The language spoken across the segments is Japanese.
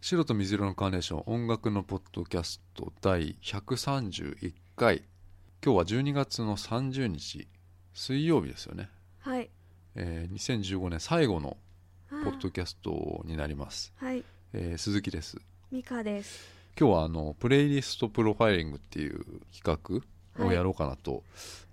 白と水色のカーネーション音楽のポッドキャスト第131回今日は12月の30日水曜日ですよね、はい。えー2015年最後のポポッドキャストになります、はい。えー鈴木ですミカです。今日はあのプレイリストプロファイリングっていう企画をやろうかなと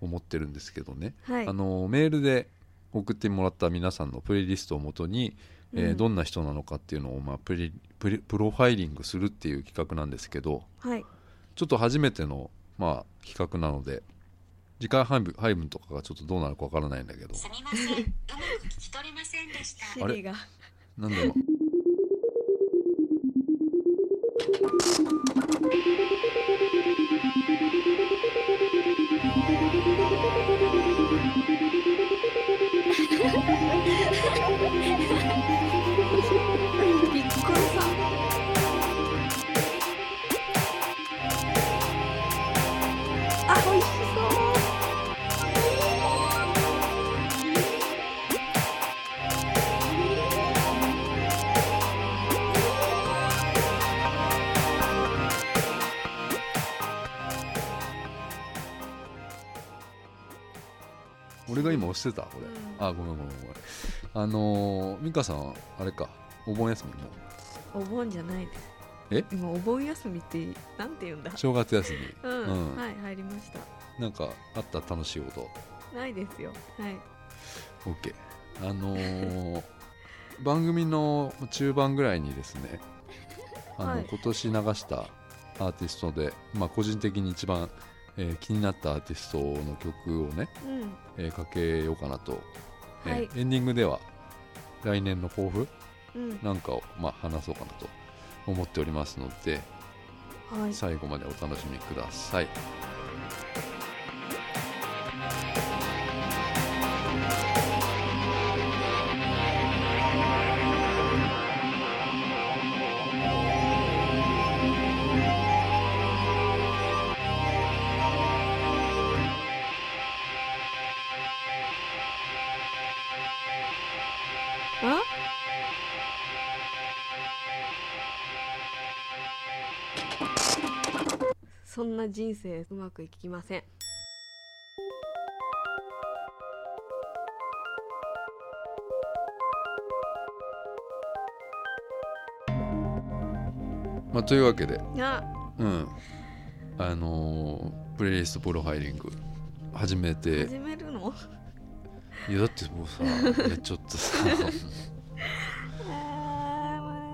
思ってるんですけどね、はいあ。のメールで送ってもらった皆さんのプレイリストをもとに、えーうんどんな人なのかっていうのを、まあ、プリプリプロファイリングするっていう企画なんですけどはい。ちょっと初めての、まあ、企画なので時間配分配分とかがちょっとどうなるかわからないんだけどすみません。うまく聞き取れませんでした。シあれリが。なんだろうびっくりさ。あ、美味し俺が今押してたこれ、うんあごめんごめんごめんあのー美香さんあれかお盆休みもうそう。お盆じゃないです。え今お盆休みってなんて言うんだ。正月休み、うん、うんはい、入りました。なんかあった楽しいことないですよ。はい。 OK あのー 番組の中盤ぐらいにですねあの、はい今年流したアーティストで、まあ、個人的に一番、えー気になったアーティストの曲をね、うん。えーかけようかなと、えーはいエンディングでは来年の抱負うん。なんかを、まあ、話そうかなと思っておりますのではい。最後までお楽しみください。あ。そんな人生うまくいきません。まあ、というわけであ、うん、あのープレイリストプロファイリング始めて始めるの？いやだってもう さいやちょっとさ あ、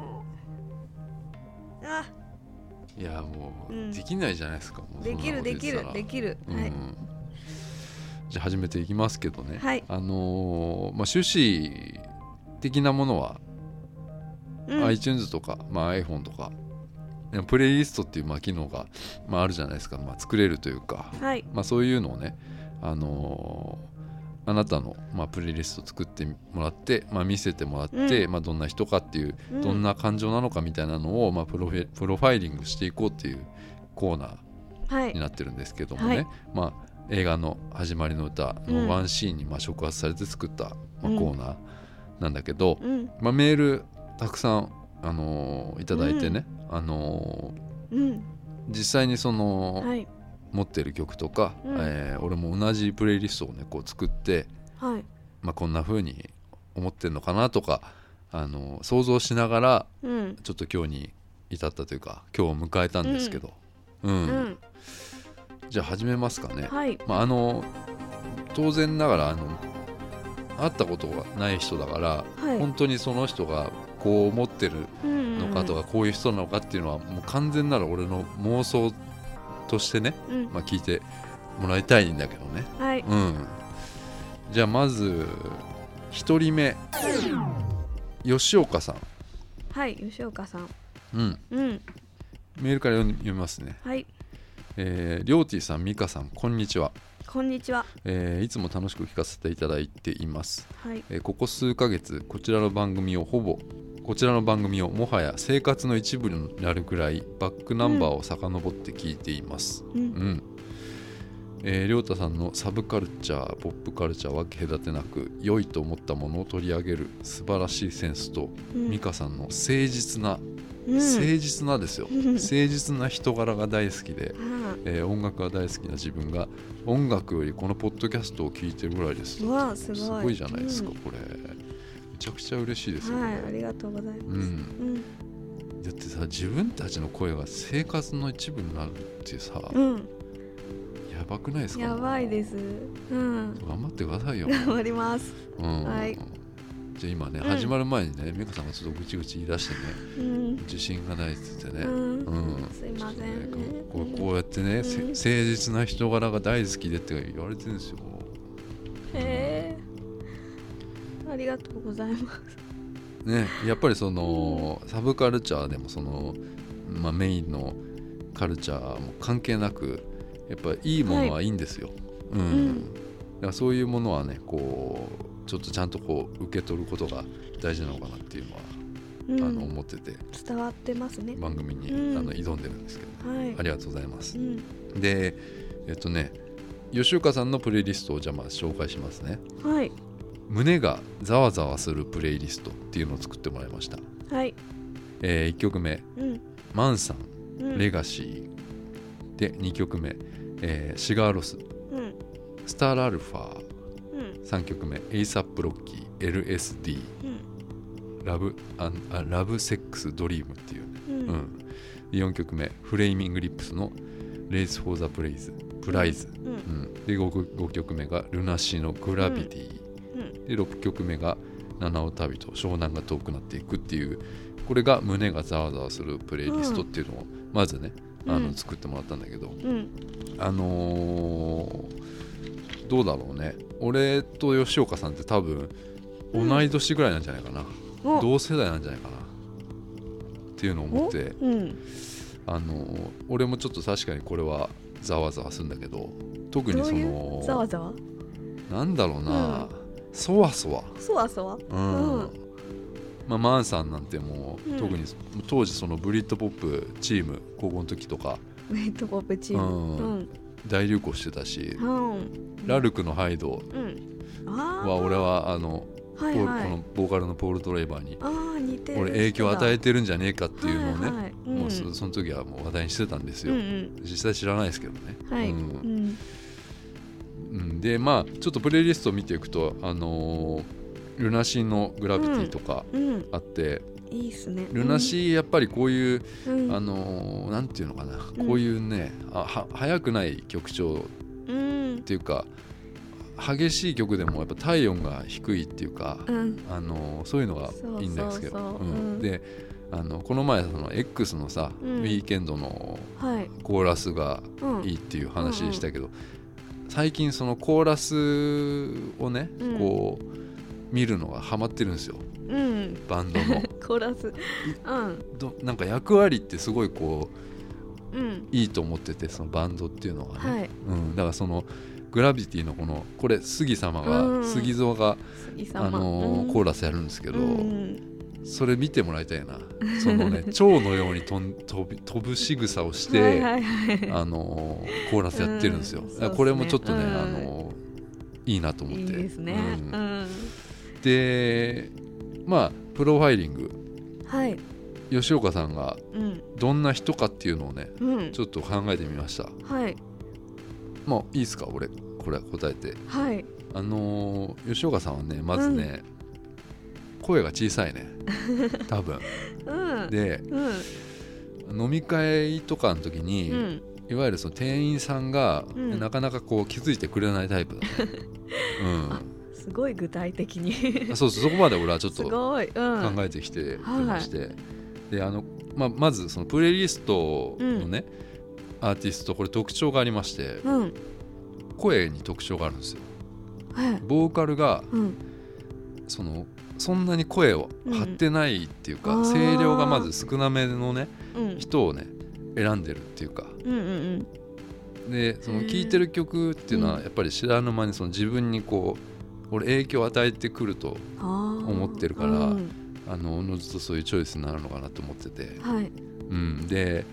いやもう、うんできないじゃないですかもうそんでなこきると言っできてたるらできる。うんはい。じゃあ始めていきますけどね、はいあのーまあ、趣旨的なものは、うん。 iTunes とか、まあ、iPhone とかでもプレイリストっていうまあ機能が、まあ、あるじゃないですか、まあ、作れるというか、はい。まあ、そういうのをね、あのーあなたの、まあ、プレイリスト作ってもらって、まあ、見せてもらって、うまあ、どんな人かっていう、うんどんな感情なのかみたいなのを、まあ、プロフェプロファイリングしていこうっていうコーナはーにい。なってるんですけどもね、はいまあ、映画の「始まりの歌」うんのワンシーンに、まあ、触発されて作った、まあ、うんコーナーなんだけど、うんまあ、メールたくさん、あのーいただいてね、あのーうん。実際にその、はい。持ってる曲とか、うんえー俺も同じプレイリストをねこう作って、はい。まあ、こんな風に思ってんのかなとかあの想像しながらうん。ちょっと今日に至ったというか今日を迎えたんですけど、うんうん。じゃあ始めますかね。はい。まあ、あの当然ながらあの会ったことがない人だから、はい本。当にその人がこう思ってるうんのかとか、。こういう人なのかっていうのはもう完全なる俺の妄想としてね、うん。まあ、聞いてもらいたいんだけどね。はい。うん、じゃあまず1人目吉岡さはい。吉岡さん。ん、うん、うん。メールから読み読みますね、はい。えー、りょうてぃさん美香さんこんにちは、こんにちは。えーいつも楽しく聞かせていただいています、はい。えーここ数ヶ月こちらの番組をほぼこちらの番組をもはや生活の一部になるぐらいバックナンバーを遡って聞いています、う。うんんえー、亮太さんのサブカルチャーポップカルチャーは隔てなく良いと思ったものを取り上げる素晴らしいセンスと、うん美香さんの誠実なうん誠実なですよ誠実な人柄が大好きで、はえー音楽が大好きな自分が音楽よりこのポッドキャストを聞いてるぐらいですうわすごいすごいじゃないですか、うんこれめちゃくちゃ嬉しいですい、よね、はい、ありがとうございます。うんうん、だってさ自分たちの声が生活の一部になるってさ、うん、やばくないですかやばいです。うん、頑張ってくださいよ、頑張ります。うんはいじゃあ今ね、うん始まる前にね美香さんがちょっとぐちぐち言い出してねうん、自信がないっつってね、うんうんすいませんちょっとねこうこうこうやってね、せうん誠実な人柄が大好きでって言われてるんですよえー、ありがとうございます。ね、やっぱりそのサブカルチャーでもその、まあ、メインのカルチャーも関係なくやっぱいいものはいいんですよ。うんうんだからそういうものはねこうちょっとちゃんとこう受け取ることが大事なのかなっていうのは、うん、あの思ってて伝わってますね。番組に、うんあの挑んでるんですけど、はい。ありがとうございますう。ん、でえっとね吉岡さんのプレイリストをじゃあまあ紹介しますね。はい、胸がざわざわするプレイリストっていうのを作ってもらいました。はい、え1曲目うん、マンさんうん、レガシーで2曲目、えーシガーロスうん、スター・ラルファーうん、 3曲目エイサップ・ロッキー LSD うん、ラブああラブ・セックス・ドリームっていうね、ううんん、で4曲目フレーミング・リップスのレース・フォー・ザ・プレイズプライズ、うん、うう、んんで 5, 曲目がルナシーのグラビティ、で6曲目が七尾旅と湘南が遠くなっていくっていうこれが胸がざわざわするプレイリストっていうのをまずね、あうのん作ってもらったんだけど、うん、あのーどうだろうね俺と吉岡さんって多分うん同い年ぐらいなんじゃないかな、お同世代なんじゃないかなっていうのを思って、うん、あのー俺もちょっと確かにこれはざわざわするんだけど特にどうそいうざわのざわ、なんだろうな、うんそわそわそわそわ、うんうんまあ、マンさんなんてもう、うん特に当時そのブリッドポップチーム高校の時とかウェイトポップチーム、ううん、大流行してたし、うん、ラルクのハイドうん、ああ、は俺はあのはポいールはいこの、ボーカルのポール・トレイバーにああ似てる俺影響を与えててるんじゃねえかっていうのをね、はいはいうん、もうそその時はもう話題にしてたんですうんよ、うん実際知らないですけどね、はい、ううんんうんでまあちょっとプレイリストを見ていくと「あのールナシーのグラビティ」とかうん、あって、いいっすねルナシーやっぱりこういう、うんあのーなんていうのかな、うんこういうねあは早くない曲調っうんていうか激しい曲でもやっぱ体温が低いっていうか、うんあのそういうのがいいんですけどそうそうそううんうんであのこの前その X のさ、うんウィーケンドのはいコーラスがうんいいっていう話でしたけど、最近そのコーラスをね、うんこう見るのがハマってるんですようんバンド のコーラスうんどなんか役割ってすごいこううんいいと思っててそのバンドっていうのがね、はいうん、だからそのグラビティのこのこれ杉様が、うん杉蔵が、杉様あのーコーラスやるんですけど、うんそれ見てもらいたい なそのね蝶のように飛ん飛び飛ぶ仕草をして、はいはいはいあのーコーラスやってるんですよ、うんだからこれもちょっとね、そうですあねうんのーいいなと思っいていですねうんうんでまあプロファイリングはい吉岡さんがうんどんな人かっていうのをねうんちょっと考えてみましたはいまあいいですか俺これ答えてはいあのー吉岡さんはねまずね、声が小さい ね多分うんでうん飲み会とかの時に、うんいわゆるその店員さんが、うんなかなかこう気づいてくれないタイプだね、 すごい具体的にうん、そうそうそこまで俺はちょっすとごいうん考えてきてまして、であのまあ、まずそのプレイリストのね、アーティストこれ特徴がありましてうん声に特徴があるんですよはいボーカルがうんそのそんなに声を張ってないっていうか、うんあー声量がまず少なめのねうん人をね選んでるっていうかうんうんでそのへー聴いてる曲っていうのはやっぱり知らぬ間にその自分にこう俺影響を与えてくるとうん思思ってるからあのおのずとそういうチョイスになるのかなと思ってて、はいうん、で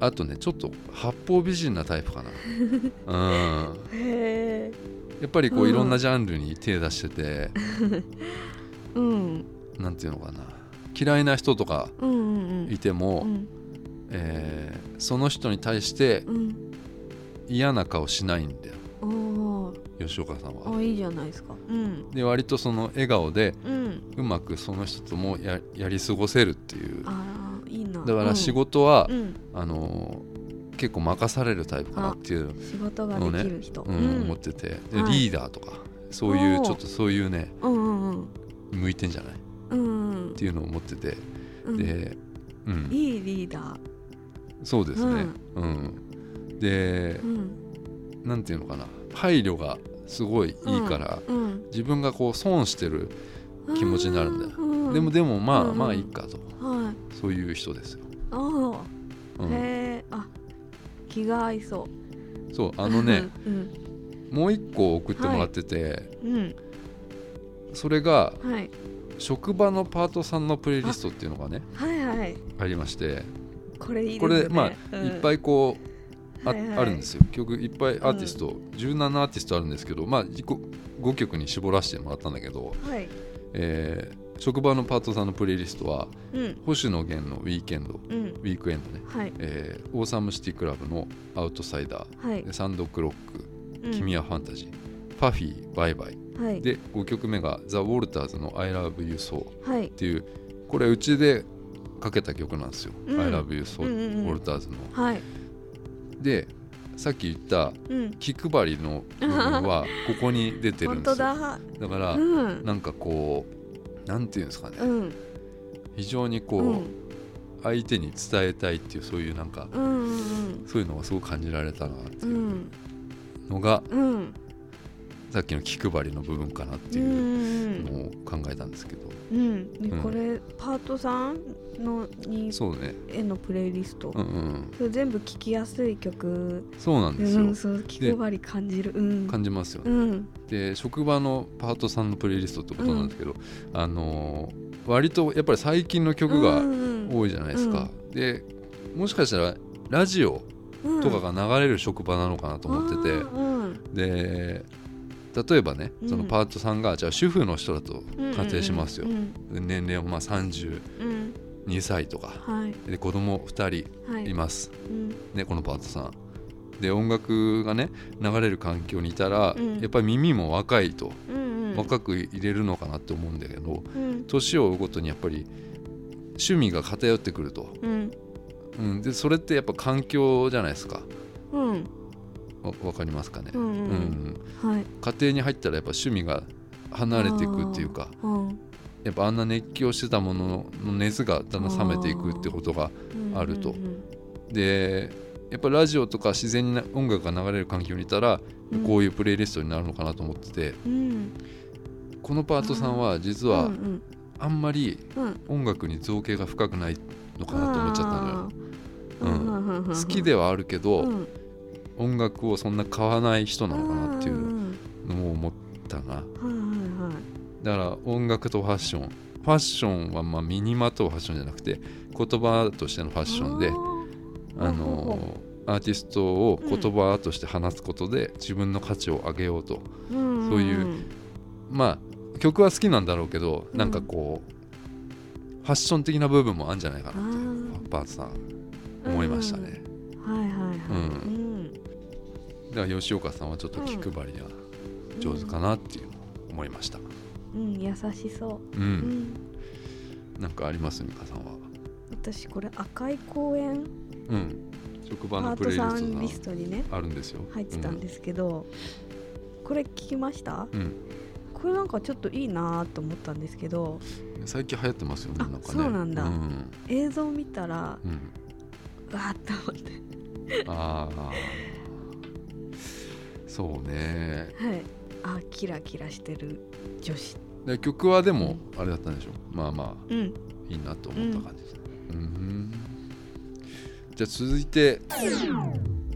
あとねちょっと八方美人なタイプか な、うん、へえやっぱりこううんいろんなジャンルに手出してて、うんなんていうのかな嫌いな人とかうんうんうんいても、うんえーその人に対してうん嫌な顔しないんだよおー吉岡さんは。あいいじゃないですかうんで割とその笑顔でうんうまくその人ともややり過ごせるっていうだあーいいなから仕事うは、んうんあのー結構任されるタイプかなっていう、仕事ができる人うん思っててではいリーダーとかそういうおーちょっとそういうねうんうん向いてんじゃないっうんていうのを思っててうんで、うん、いいリーダーそうですね、うん、でうんなんていうのかな配慮がすごいいいから、うん自分がこう損してる気持ちになるんだようでもでもまあ、うんまあいいかとはいそういう人ですよ、あうあんへえあ気が合いそうそうあのねうんもう一個送ってもらってて、うんそれがはい職場のパートさんのプレイリストっていうのがねはいはいありましてこれいいですこねれまあうんいっぱいこうあはいはいあるんですよ曲いっぱいアーティスト17アーティストあるんですけどまあ5曲に絞らせてもらったんだけどはいえー職場のパートさんのプレイリストはうん星野源の「ウィーケンド」うんウィークエンドね、はいえーオーサムシティクラブの「アウトサイダーはい」でサンドクロック「君ははファンタジー」パフィーバイバイはいで5曲目がザ・ウォルターズの「I love you so」はいっていうこれうちでかけた曲なんですよ「うん I love you so」うんうんうんウォルターズの。はいでさっき言ったうん気配りの部分 はここに出てるん本で当すよだだからうんなんかこうなんていうんですかねうん非常にうこうん相手に伝えたいっていうそういうなんかうんそういうのがすごく感じられたなってういうんのがうんさっきの気配りの部分かなってういうんのを考えたんですけどうんでうんこれパートさんのにそうねへのプレイリストうんうんそれ全部聴きやすい曲そうなんうですよんそう気配り感じるうん感じますよねうんで職場のパートさんのプレイリストってことなんですけど、あのー割とやっぱり最近の曲が多いじゃないですか、でもしかしたらラジオとかがが流れる職場なのかなと思ってて、うんで例えばねうんそのパートさんがじゃあ主婦の人だとうん仮定しますよ、うん年齢もまあ32うん歳とかはいで子供2人はいいます、うんねこのパートさん。で音楽がね流れる環境にいたら、うんやっぱり耳も若いと。うんうん若く入れるのかなって思うんだけどうん年を追うごとにやっぱり趣味が偏ってくると、うんうん、でそれってやっぱ環境じゃないですかうんわわかりますかね、ううんんうんはい家庭に入ったらやっぱ趣味が離れていくっていうかうんやっぱあんな熱狂してたものの熱がだんだん冷めていくってことがうんあるとうんでやっぱラジオとか自然にな音楽が流れる環境にいたらうんこういうプレイリストになるのかなと思っててうんこのパートさんは実うはんあんまりうんうん音楽に造形が深くないのかなと思っちゃったのよあーうんう好んきではあるけど、うん音楽をそんな買わない人なのかなっていんうんのを思ったなうんはいはいはいだから音楽とファッションファッションはまあ身にまとうファッションじゃなくて言葉としてのファッションでーあのアーティストを言葉として話すことで自分の価値を上げようと、そそういうまあ曲は好きなんだろうけどうんなんかこう、ファッション的な部分もあるんじゃないかなってあーパーツさん思いましたね。はいはいはいうんうんだから吉岡さんはちょっと気配りが上手かなっていうのを思いました。、うん優しそうううんんなんかあります美香さんは。私これ赤い公園うん、職場パのープレイリストトささんんリストにねあるんですよ。入ってたんですけどこれ聞きましたうん、これなんかちょっといいなと思ったんですけどうん最近流行ってますよね。なあんかね。そうなんだうん、映像見たらうん、うわーって思ってああ、そうね。はいあキラキラしてる女子で曲はでもあれだったんでしょ。まあまあうんいいなと思った感じですね。うん。じゃあ続いて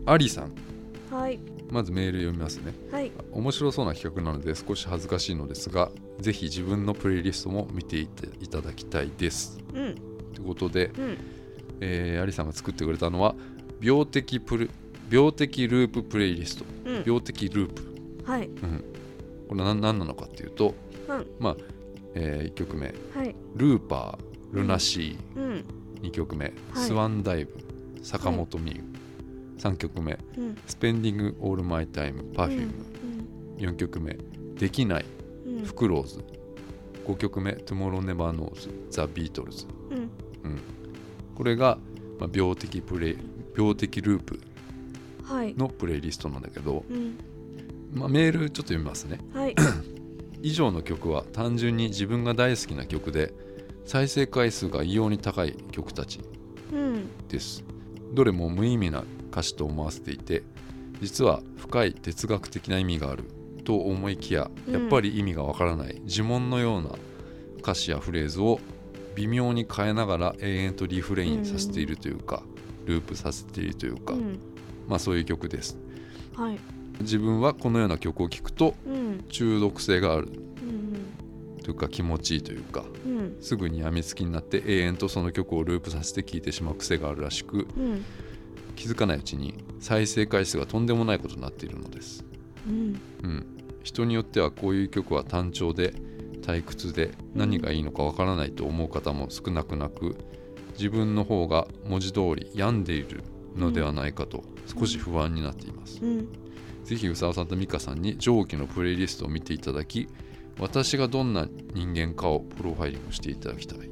アリさん。はいまずメール読みますね。はい面白そうな企画なので少し恥ずかしいのですがぜひ自分のプレイリストも見ていたいただきたいですうんということで、うんえーアリさんが作ってくれたのは病的プル病的ループプレイリストうん病的ループ、はいうん、これ何何なのかっていうと、うんまあ、え1曲目はいルーパールナシうんー2曲目、はいスワンダイブ坂本美優、3曲目うんスペンディング・オール・マイ・タイム Perfume、4曲目できないうんうんフクローズ5曲目 Tomorrow Never Knows The Beatles うんこれが、まあ、病的プレイ病的ループはいのプレイリストなんだけど、うんまあ、メールちょっと読みますねはい 以上の曲は単純に自分が大好きな曲で再生回数が異様に高い曲たちうんですどれも無意味な歌詞と思わせていて実は深い哲学的な意味があると思いきやうんやっぱり意味がわからない呪文のような歌詞やフレーズを微妙に変えながら永遠とリフレインさせているというか、ループさせているというか、うんまあそういう曲ですはい自分はこのような曲を聴くとうん中毒性があるうんというか気持ちいいというかうんすぐに病みつきになって永遠とその曲をループさせて聴いてしまう癖があるらしくうん気づかないうちに再生回数がとんでもないことになっているのです、うんうん、人によってはこういう曲は単調で退屈で何がいいのかわからないと思う方も少なくなく自分の方が文字通り病んでいるのではないかと少し不安になっています、うんぜひ宇沢さんと美香さんに上記のプレイリストを見ていただき私がどんな人間かをプロファイリングしていただきたい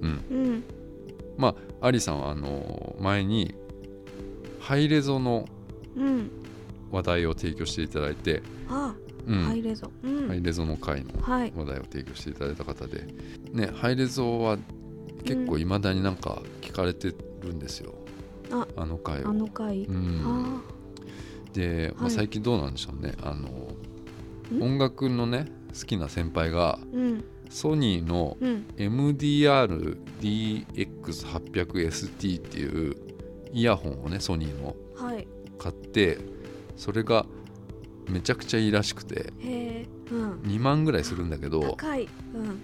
うんまあアリさんはあの前にハイレゾのうん話題を提供していただいて、あうん入れぞうんハイレゾの回のはい話題を提供していただいた方で、ね、ハイレゾは結構いまだになんか聞かれてるんですよ、うんああの回あを。の回うん、あで、まはあ、い最近どうなんでしょうね、あのん音楽のね好きな先輩がうんソニーのうん MDR-DX800ST っていうイヤホンをねソニーのはい買ってそれがめちゃくちゃいいらしくてへえうん2万ぐらいするんだけど高いうん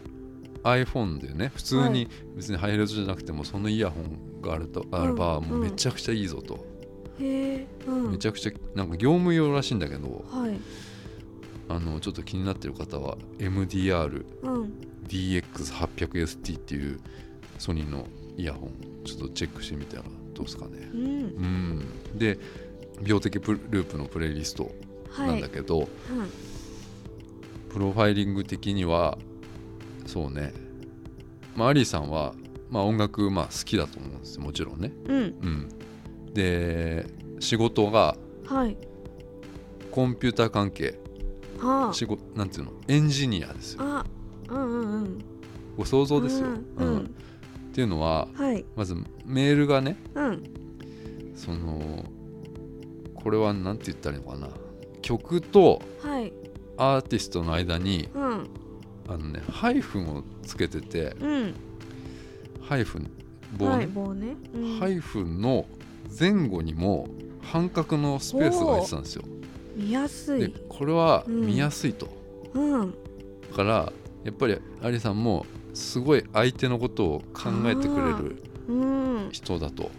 iPhone でね普通はにい別にハイレゾじゃなくてもそのイヤホンがあるとあればうんもうめちゃくちゃいいぞと、へえうんめちゃくちゃなんか業務用らしいんだけどはいあのちょっと気になってる方は MDRDX800ST うんっていうソニーのイヤホンちょっとチェックしてみたらどうですかねうんうんで病的プループのプレイリストなはんいだけど、うんプロファイリング的にはそうねまあアリーさんは、まあ、音楽、まあ、好きだと思うんですよもちろんね、うんうん、で仕事がはいコンピューター関係は仕事なんていうのエンジニアですよああうんうんうんご想像ですよ、ううんんっうんていうのははいまずメールがねうんそのこれは何て言ったらいいのかな曲とはいアーティストの間にうんあのねハイフンをつけててうんハイフン棒ね、はい棒ねうんハイフンの前後にも半角のスペースが入ってたんですよ。見やすでいこれはうん見やすいと。うんだからやっぱりアリさんもすごい相手のことを考えてくれるうん人だと。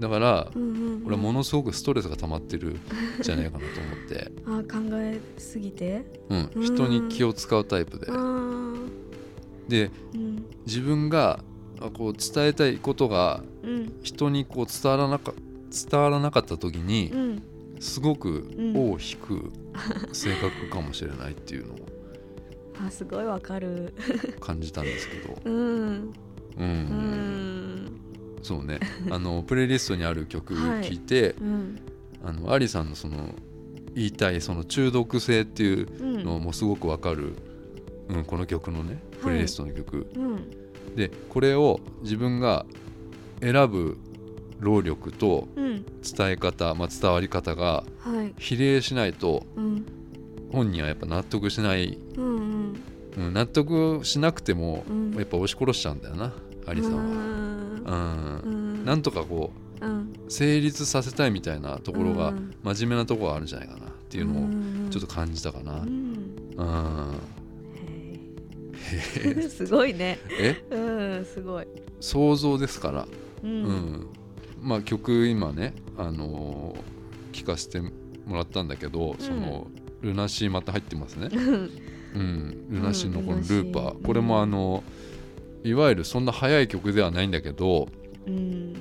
だからうんうん俺はものすごくストレスが溜まってるんじゃないかなと思って、あ考えすぎてう、うんん人に気を使うタイプであ。ーでうん自分があこう伝えたいことがうん人にこう伝わらなか伝わらなかった時に、うんすごくうん尾を引く性格かもしれないっていうのをあすごいわかる感じたんですけど、 うんうんうんそうねあのプレイリストにある曲はい聞いて、うんあのアリさんのその言いたいその中毒性っていううのんもすごくわかる、うん、この曲のねプレイリストの曲、うんでこれを自分が選ぶ労力とうん伝え方、まあ、伝わり方がはい比例しないとうん本人はやっぱ納得しないうんうんうん、納得しなくても、うんやっぱ押し殺しちゃうんだよなアリさんは。はうんうんなんとかこううん成立させたいみたいなところが、うん真面目なところがあるんじゃないかなっていうのをのちょっと感じたかな。ううんんへへーすごいねえうんすごい想像ですから、ううんんまあ、曲今ね、あのー聞かせてもらったんだけど、そのルナシーまた入ってますね。うんうん、ルナシーのこのルーパー、うんこれもあのいわゆるそんな速い曲ではないんだけどうん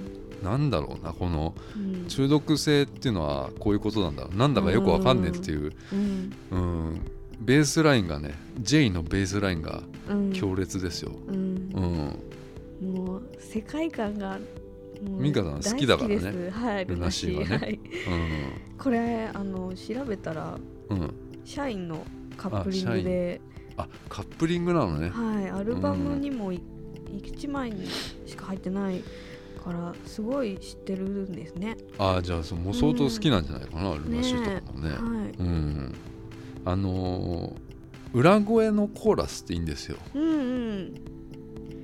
なんだろうなこのうん中毒性っていうのはこういうことなんだなんだかよくわかんねえっていううんうんベースラインがね J のベースラインがうん強烈ですよ、うんうん、もう世界観がもうミカさん好きだからね大好きですはいルナシーはねい、うこれあの調べたらん、うん、社員のカップリンあ社グ員であカップリングなのね、はいアルバムにもい一枚にしか入ってないからすごい知ってるんですねああじゃあそもう相当好きなんじゃないかな、ルナシーとかもねはいうんあのー裏声のコーラスっていいんですようんうん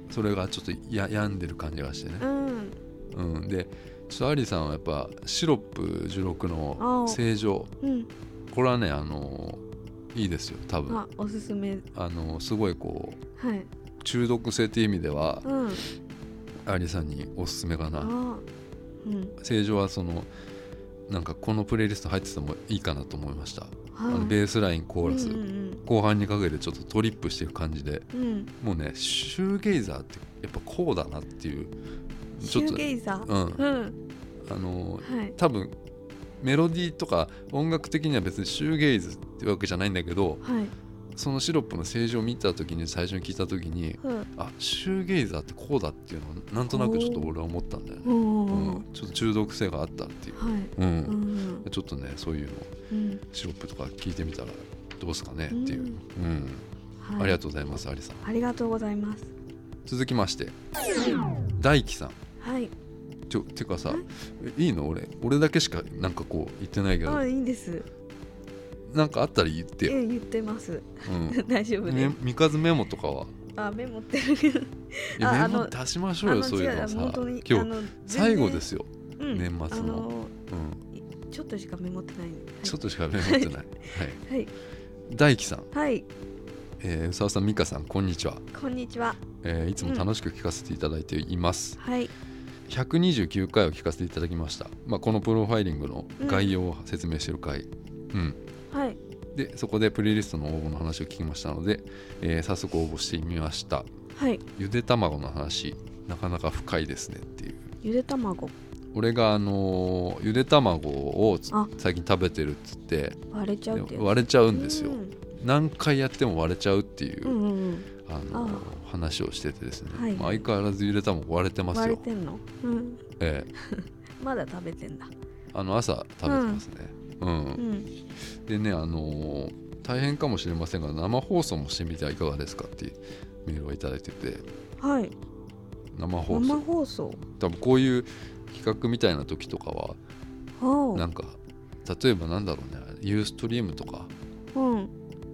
それがちょっとや病んでる感じがしてねう、んうん、でちょっとアリさんはやっぱシロップ16のあ正常うんこれはねあのーいいですよ多分ああおすすめのーすごいこうはい中毒性っていう意味ではうんアリさんにおすすめかあなうん正常はそのなんかこのプレイリスト入っててもいいかなと思いました、あはのいベースラインコーラス、うん後半にかけてちょっとトリップしていく感じでうんうんもうねシューゲイザーってやっぱこうだなっていううんちシょっュとーゲイザーうんうんあのーはい多分メロディーとか音楽的には別にシューゲイズってわけじゃないんだけどはいそのシロップの正常を見た時に最初に聞いた時にうんあシューゲイザーってこうだっていうのをなんとなくちょっと俺は思ったんだよね、おうーん、ちょっと中毒性があったっていう、はいうんうんちょっとねそういうのうんシロップとか聞いてみたらどうすかねっていう、うんはいありがとうございますアリさんありがとうございます続きまして大輝さんはいちょてかさえいいの俺俺だけしかなんかこう言ってないけどあいいんですなんかあったら言ってよ、え言ってますうん、 大丈夫めです三日月メモとかはあメモってるけどいやああメモの出しましあょうのよそういうの違本さ当に今あ日の、最後ですすよ、うん年末のあのうん、ちょっとしかメモってないんで、はい、ちょっとしかメモってない、はい、はい、大輝さん、はい、えー、宇沢さん美香さんこんにちは、こんにちはえーいつも楽しく聞かせていただいています、はい129回を聞かせていただきました、まあ、このプロファイリングの概要を説明してる回、うん、はいでそこでプレイリストの応募の話を聞きましたので、えー早速応募してみましたはいゆで卵の話なかなか深いですねっていうゆで卵俺があのーゆで卵をつあ最近食べてるっつって割れちゃうってでやつ割れちゃうんですようん何回やっても割れちゃうっていうう、んうんあのーあ話をしててですね、はいまあ、相変わらずゆで卵割れてうまんす割れよ、てんのうんええまだ食べてんだあの朝食べてますねうん、うんでねあのー大変かもしれませんが生放送もしてみてはいかがですかっていうメールをいただいててはい生放生送放送多分こういう企画みたいな時とかはおなうんか例えばなんだろうねユーストリームとかうん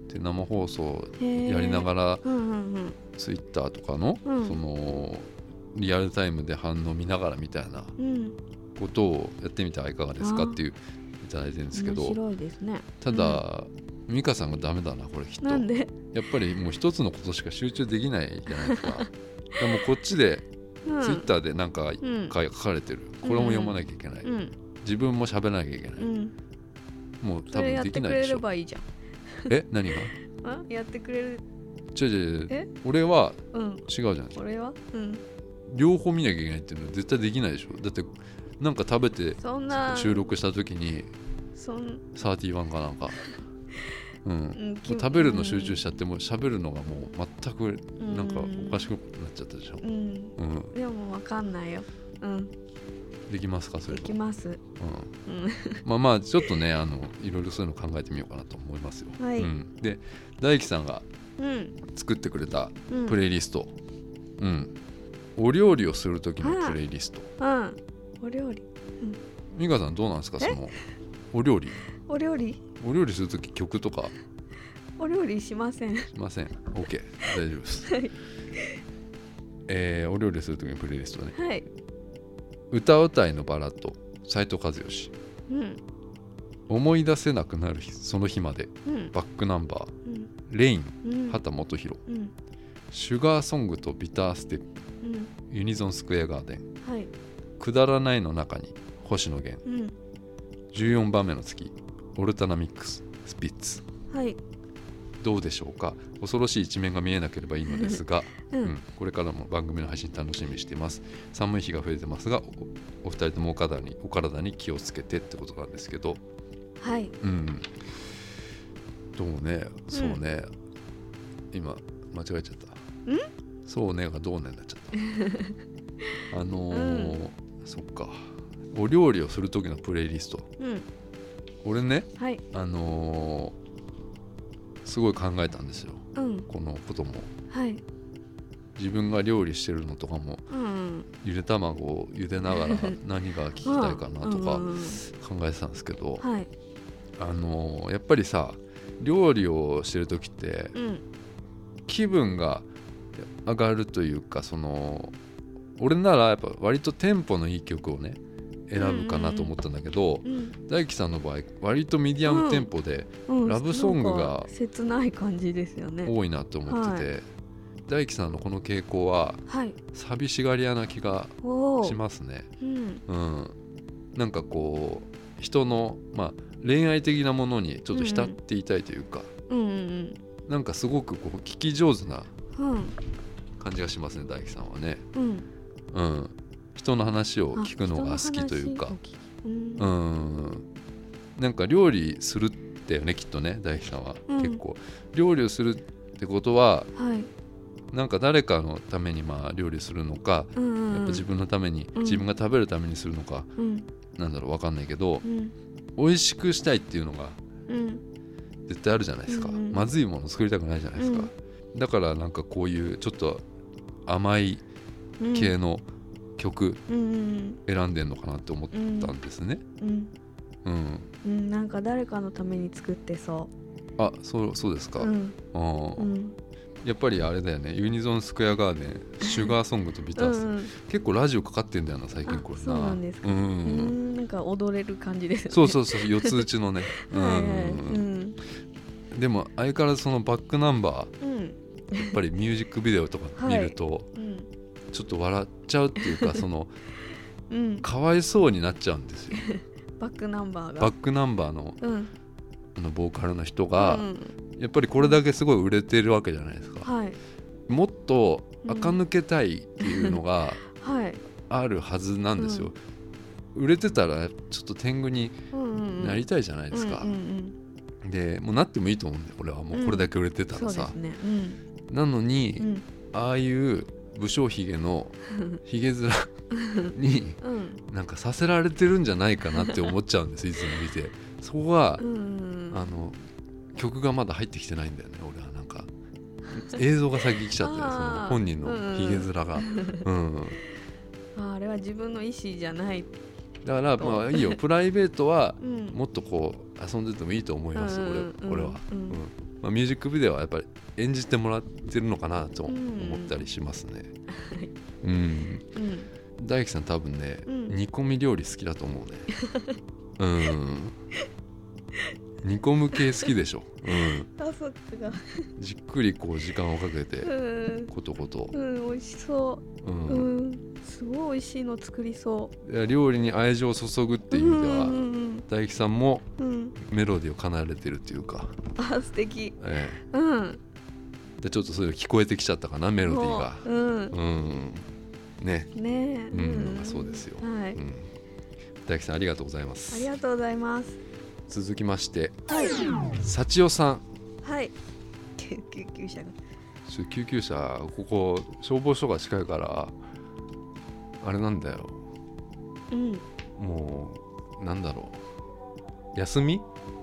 で生放送へーやりながらうんうんうんツイッターとかの,、うんそのリアルタイムで反応見ながらみたいなうんことをやってみてはいかがですかあーっていういただいてるんですけ面ど白いですねただ、美香さんがダメだなこれきっとなやんでっぱりもう一つのことしか集中できないじゃないです かでもこっちでうんツイッターでなんかうん書かれてるこれも読まなきゃいけない、うん自分も喋らなきゃいけない、うんもう多そ分れやっでてきくないでれしれょばいいじゃんえ何があやってくれる違う違う違えう俺はうん違うじゃないこれはうん両方見なきゃいけないっていうのは絶対できないでしょだってなんか食べてそんな収録した時にそん、 31か なんかうんうもん、う食べるの集中しちゃってもう喋るのがもう全くてなんかおかしくなっちゃったでしょう、んうん、でもわかんないようんできますかそれできと、ますううんん、まあまあちょっとねあのいろいろそういうの考えてみようかなと思いますよ、はいうん、で大樹さんがうん作ってくれたうんプレイリスト、うん、お料理をする時のプレイリストうんお料理美香さんどうなんですかそえのお料理お料理お料理する時曲とかお料理しませんしません OK 大丈夫です、はいえーお料理する時のプレイリストねはい歌うたいのバラと斎藤和義うん思い出せなくなる日その日までうんバックナンバーうんレインうん畑基博うんシュガーソングとビターステップうんユニゾンスクエアガーデンはいくだらないの中に星野源うん14番目の月オルタナミックススピッツはいどうでしょうか恐ろしい一面が見えなければいいのですが、うんうん、これからも番組の配信楽しみにしています寒い日が増えてますがおお二人ともお体にお体に気をつけてってことなんですけどはいうんどうねそうね、今間違えちゃったそうねがどうねになっちゃった あのーそっかお料理をする時のプレイリストうん俺ねはいあのーすごい考えたんですようんこのこともはい自分が料理してるのとかもうんゆで卵をゆでなが ら何が聞きたいかなとかうんうんうん考えてたんですけど、はいあのーやっぱりさ料理をしてる時ってうん気分が上がるというかその俺ならやっぱ割とテンポのいい曲をね選ぶかなと思ったんだけど、うん大樹さんの場合割とミディアムテンポでうんラブソングがなんか切ない感じですよね多いなと思ってて、大樹さんのこの傾向ははい寂しがり屋な気がおおしますね。うんうん、なんかこう人の、まあ、恋愛的なものにちょっと浸っていたいというか、うんうんなんかすごくこう聞き上手なうん感じがしますね大樹さんはね。うんうん、人の話をあ聞くのが好きというか人の話を聞きうんう、んなんか料理するってよねきっとね大樹さんは、うん結構料理をするってことははいなんか誰かのためにまあ料理するのか、うんうんうんやっぱ自分のために、うん自分が食べるためにするのかうんなんだろう分かんないけどうん美味しくしたいっていうのがうん絶対あるじゃないですか、うんうんまずいもの作りたくないじゃないですか、だからなんかこういうちょっと甘いうん系の曲うん選んでんのかなって思ったんですね、うんうんうん、うんなんか誰かのために作ってそあそうそうですか、ううんあーうんやっぱりあれだよねユニゾンスクエアガーデンシュガーソングとビタうース、ん結構ラジオかかってんだよな最近これなあそうなんですかうんうんうんなんか踊れる感じですよねそうそうそう四つ打ちのね、 うはいはいうんんでも相変わらずそのバックナンバうんーやっぱりミュージックビデオとか見ると、うんちょっと笑っちゃうっていう かそのうんかわいそうになっちゃうんですよバックナンバーがバックナンバーのうんあのボーカルの人が、うんやっぱりこれだけすごい売れてるわけじゃないですか、はいもっと垢抜けたいっていうのが、はいあるはずなんですよ、売れてたらちょっと天狗にうんうんなりたいじゃないですか、うんうんでもうなってもいいと思うんだよ俺はもうこれだけ売れてうんたそらうでさす、ねうんなのに、うんああいう武将ひげのひげ面 にうんなんかさせられてるんじゃないかなって思っちゃうんですいつも見てそこはう、んあの曲がまだ入ってきてないんだよね俺はなんか映像が先に来ちゃってそあのー本人のひげ面が、うん、ああれは自分の意思じゃないだからまあいいよプライベートはうんもっとこう遊んでてもいいと思います、うんうんうん俺俺は、うんうんまあ、ミュージックビデオはやっぱり演じてもらってるのかなとうん思ったりしますね、はいうんうん大樹さん多分ね、うん煮込み料理好きだと思うね うん煮込む系好きでしょ、うあそっかん、じっくりこう時間をかけてうんことこと、うん美味しそうう、んうん、すごい美味しいの作りそういや料理に愛情を注ぐっていう意味では、うんうん大樹さんもうんうんメロディーを奏でてるっていうか、あ素敵えうんえでちょっとそれが聞こえてきちゃったかなメロディーが。もううん。ね。うんねえうんそうですよはういん。大樹さんありがとうございまありす。がとうございます続きまして、はい幸代さん。はい救救急車がちょっと救急車ここ消防署が近いからあれなんだよ。うんもうなんだろう。休み？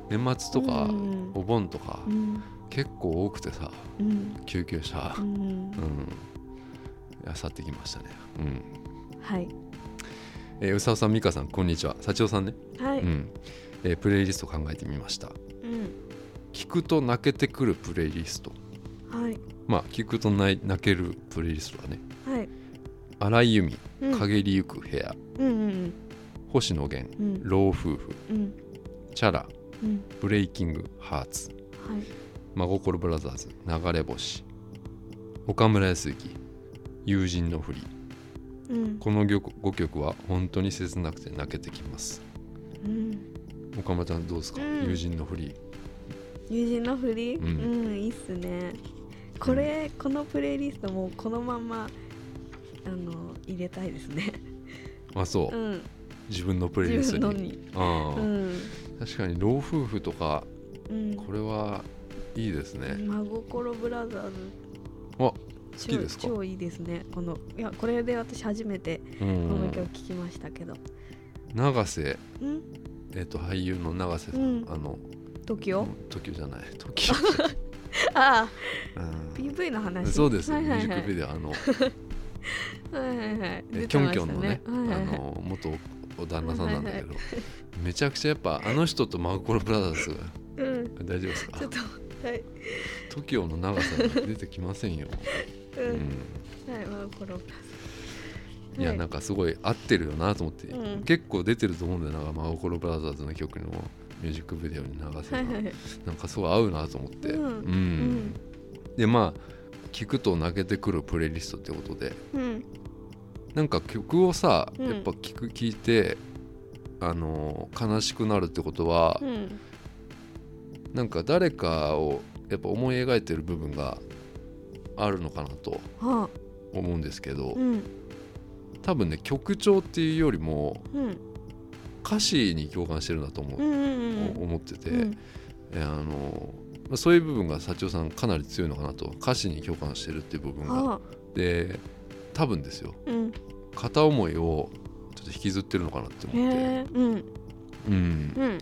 年末とか、うんお盆とか、うん結構多くてさうん救急車う。んうん。いや去ってきましたね。うん。はいえー、うさおさん、みかさん、こんにちは。幸代さんね。はいううんん。えープレイリスト考えてみました。聞くと泣けてくるプレイリストはいまあ聞くとない泣けるプレイリストだねはい荒井由実うん陰りゆく部屋、うんうん星野源うんうん老夫婦うんチャラうんブレイキングハーツはい真心ブラザーズ流れ星岡村康之友人のふりうんこの5曲は本当に切なくて泣けてきますうん岡村ちゃんどうですか、うん友人のふり友人のふりうんうんいいっすねこれこのプレイリストもうこのままあの入れたいですねあそう、うん自分のプレイリ自ス分トのににあうあ、ん確かに老夫婦とかうんこれはいいですね、真心ブラザーズあ好きですか超超いいですねこのいやこれで私初めてうこのん曲聞きましたけど永瀬、うんえっと俳優の永瀬さん、うんあの TOKIO 時じゃない時ああうん PV の話そうです、はいはいミューはジックビいデオあの はいはいはいえ出キてョンまキしョたンのね、はいはいはあいの元お旦那さんなんだけど、めちゃくちゃやっぱあの人と真心ブラザーズうん大丈夫ですかちょっとはい TOKIO の長さが出てきませんよ、ううんんはい真心ブラザーズいやはいなんかすごい合ってるよなと思って、うん結構出てると思うんだよな真心ブラザーズの曲のミュージックビデオに長瀬はが、いはいなんかすごい合うなと思って、うんうんでまあ聞くと泣けてくるプレイリストってことでうんなんか曲をさ、うんやっぱ聞く聞いてあの悲しくなるってことはう、んなんか誰かをやっぱ思い描いてる部分があるのかなとはあ思うんですけど、うん多分ね曲調っていうよりもうん歌詞に共感してるんだと思うう、んうんうん思ってて、うんえあのまあそういう部分が幸男さんかなり強いのかなと歌詞に共感してるっていう部分がはあで多分ですようん片思いをちょっと引きずってるのかなってへ思って、えうんうん、うん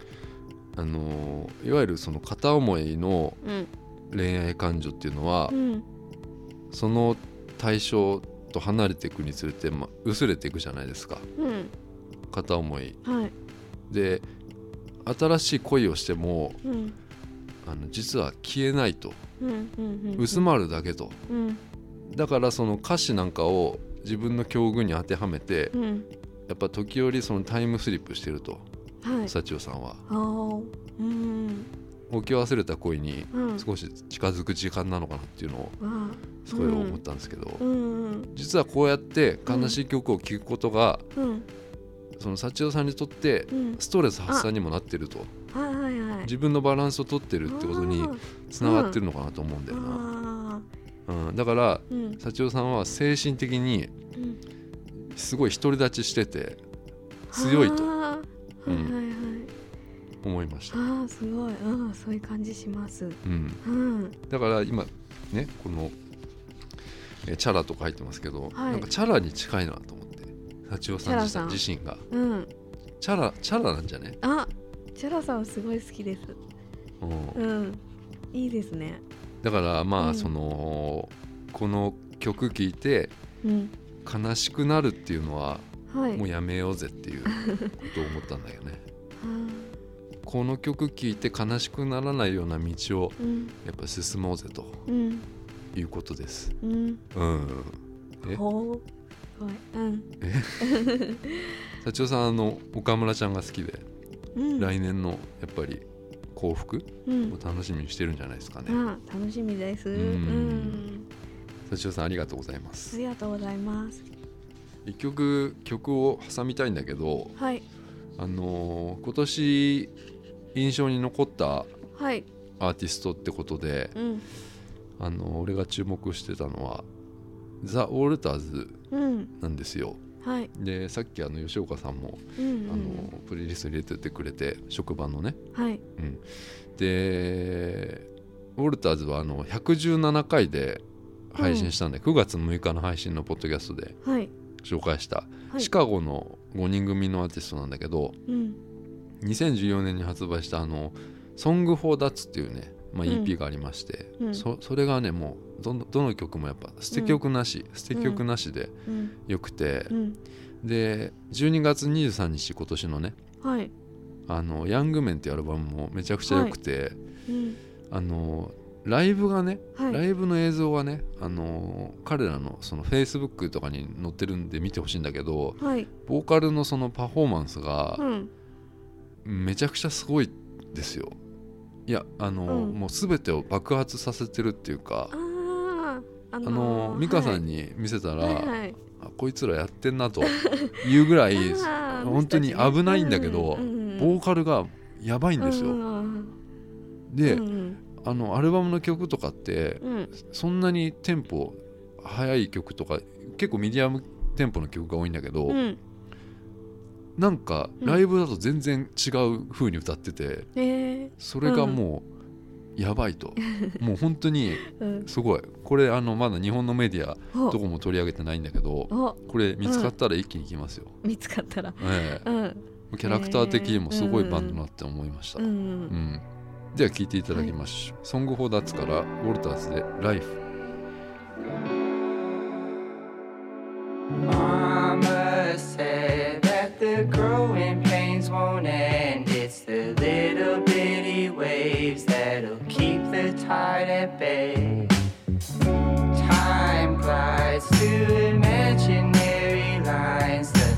あのいわゆるその片思いのうん恋愛感情っていうのはう、んその対象と離れていくにつれて、まあ、薄れていくじゃないですかうん片思いはいで新しい恋をしてもうんあの実は消えないとうんうんうん薄まるだけとうんだからその歌詞なんかを自分の境遇に当てはめてうんやっぱ時折そのタイムスリップしてるとはい幸代さんはああうん置き忘れた恋にうん少し近づく時間なのかなっていうのをわあすごい思ったんですけど、うんうん実はこうやって悲しい曲を聴くことが、うんその幸代さんにとってうんストレス発散にもなってるとはいはいはい自分のバランスを取ってるってことにあつながってるのかなと思うんだよな、あうんだからーうん幸代さんは精神的にうんすごい独り立ちしてて強いとあーはいはいはい思いました、ああすごいうんそういう感じしますうん、うんだから今ねこの、えーチャラとか入ってますけど、はいなんかチャラに近いなと思って幸代チャさんラ自さん身自身がうんチャラチャラなんじゃね、あチャラさんすごい好きですうんうんいいですねだからまあ、うんそのこの曲聴いてうん悲しくなるっていうのははいもうやめようぜっていうことを思ったんだよ ねあーこの曲聴いて悲しくならないような道をうんやっぱ進もうぜとうんいうことですうんうんえほうすごいうん幸代さんあの岡村ちゃんが好きでうん来年のやっぱり幸福うんを楽しみにしてるんじゃないですかね。あ楽しみです。うんん。幸代さんありがとうございまあす。りがとうございます。一曲曲を挟みたいんだけど、はいあのー今年印象に残ったはい。アーティストってことで、うんあのー俺が注目してたのはザ・ウォルターズうんなんですよ。はいでさっきあの吉岡さんも、うんうんあのープレイリスト入れててくれて職場のね。はいでウォルターズはあの117回で配信したんで、9月6日の配信のポッドキャストではい紹介した、はい。シカゴの5人組のアーティストなんだけどうん2014年に発売したあの「Song for Dats」っていうね、まあ、うん EP がありまして、うんそそれがねもうどのどの曲もやっぱ捨て曲なし、捨て曲なしでうんよくてう、んで12月23日今年のねはいあの「ヤングメン」っていうアルバムもめちゃくちゃ良くて、うんあのライブがねはラいイブの映像はね、あのー彼らのその Facebook とかに載ってるんで見てほしいんだけどはいボーカルのそのパフォーマンスがうんめちゃくちゃすごいですよ。いやあのー、うんもう全てを爆発させてるっていうかあ。あああのー美香さんにに見せたら、はいはいあこいつらやってんなというぐ らいあー本当に危ないんだけど、うんうんうんボーカルがやばいんですよ。うんうんうんで、うんあのアルバムの曲とかってうんそんなにテンポ速い曲とか結構ミディアムテンポの曲が多いんだけど、うんなんかうんライブだと全然違う風に歌ってて、えそれがもうやばいと、もう本当にー、うんすごいこれあのまだ日本のメディアおどこも取り上げてないんだけどおこれ見つかったら一気に来ますよ、見つかったらええうんキャラクター的にもすごいバンドだなって思いました、ううんん、では聴いていただきましょう、ソング・フォー・ダッツからウォルターズで「ライフ Mama said that the growing pains won't end. It's the little bitty waves that'll keep the tide at bay. Time glides through imaginary lines. The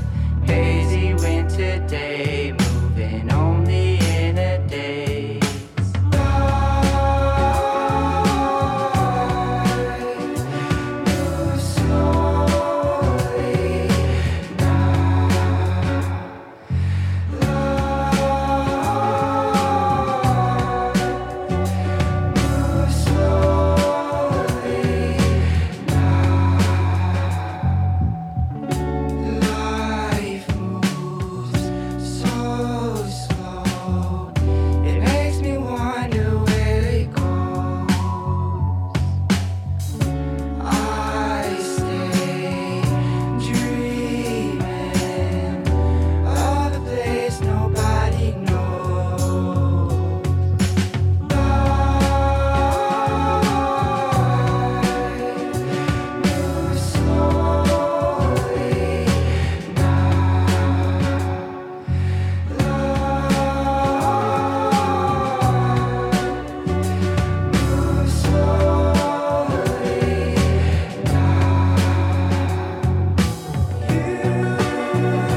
hazy winter day, moving only in a daze. Life moves slowly now. Life moves slowly Life moves so slow. It makes me wonder where it goes. I stay dreaming of a place nobody knows. Life moves slowly now. Life moves slowly now.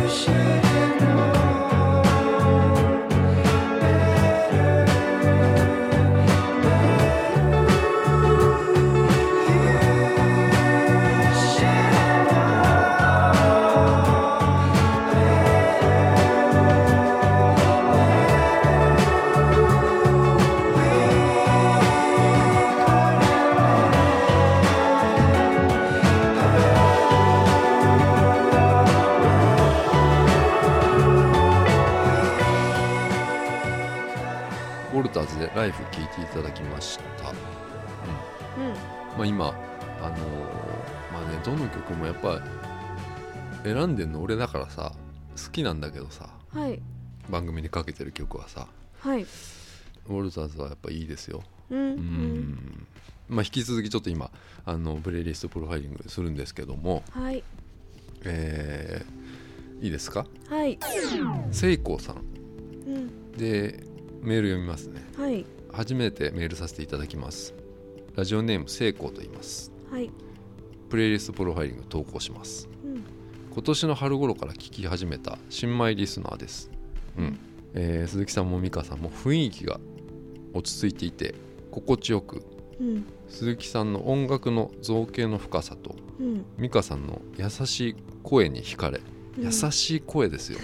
You should have known better. You should have known. ウォルターズで「ライフ」聴いていただきました、うんまあ、今あのーまあねどの曲もやっぱ選んでんの俺だからさ好きなんだけどさはい番組でかけてる曲はさはいウォルターズはやっぱいいですよううんんまあ引き続きちょっと今あのプレイリストプロファイリングするんですけどもうんはいえーいいですかはい聖光さんうんでメール読みますねはい初めてメールさせていただきますラジオネーム聖光と言いますはいプレイリストプロファイリング投稿しますうん今年の春頃から聞き始めた新米リスナーです、うんえー鈴木さんも美香さんも雰囲気が落ち着いていて心地よくうん鈴木さんの音楽の造形の深さとうん美香さんの優しい声に惹かれ、優しい声です よ、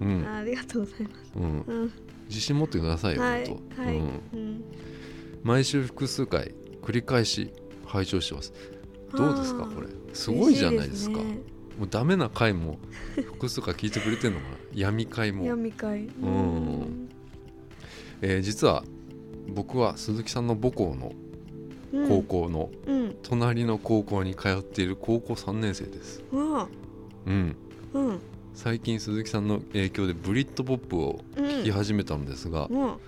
ううんんありがとうございますうん、うん自信持ってくださいよ、はい本当、はいうん、うん毎週複数回繰り返し拝聴してますどうですかあーこれすごいじゃない嬉でしすかもうダメな回も複数回聞いてくれてるのかな闇回ね、も、闇会うんえー実は僕は鈴木さんの母校のうん高校のうん隣の高校に通っている高校3年生です、わあうん、うん最近鈴木さんの影響でブリッドポップを聴き始めたのですが、もう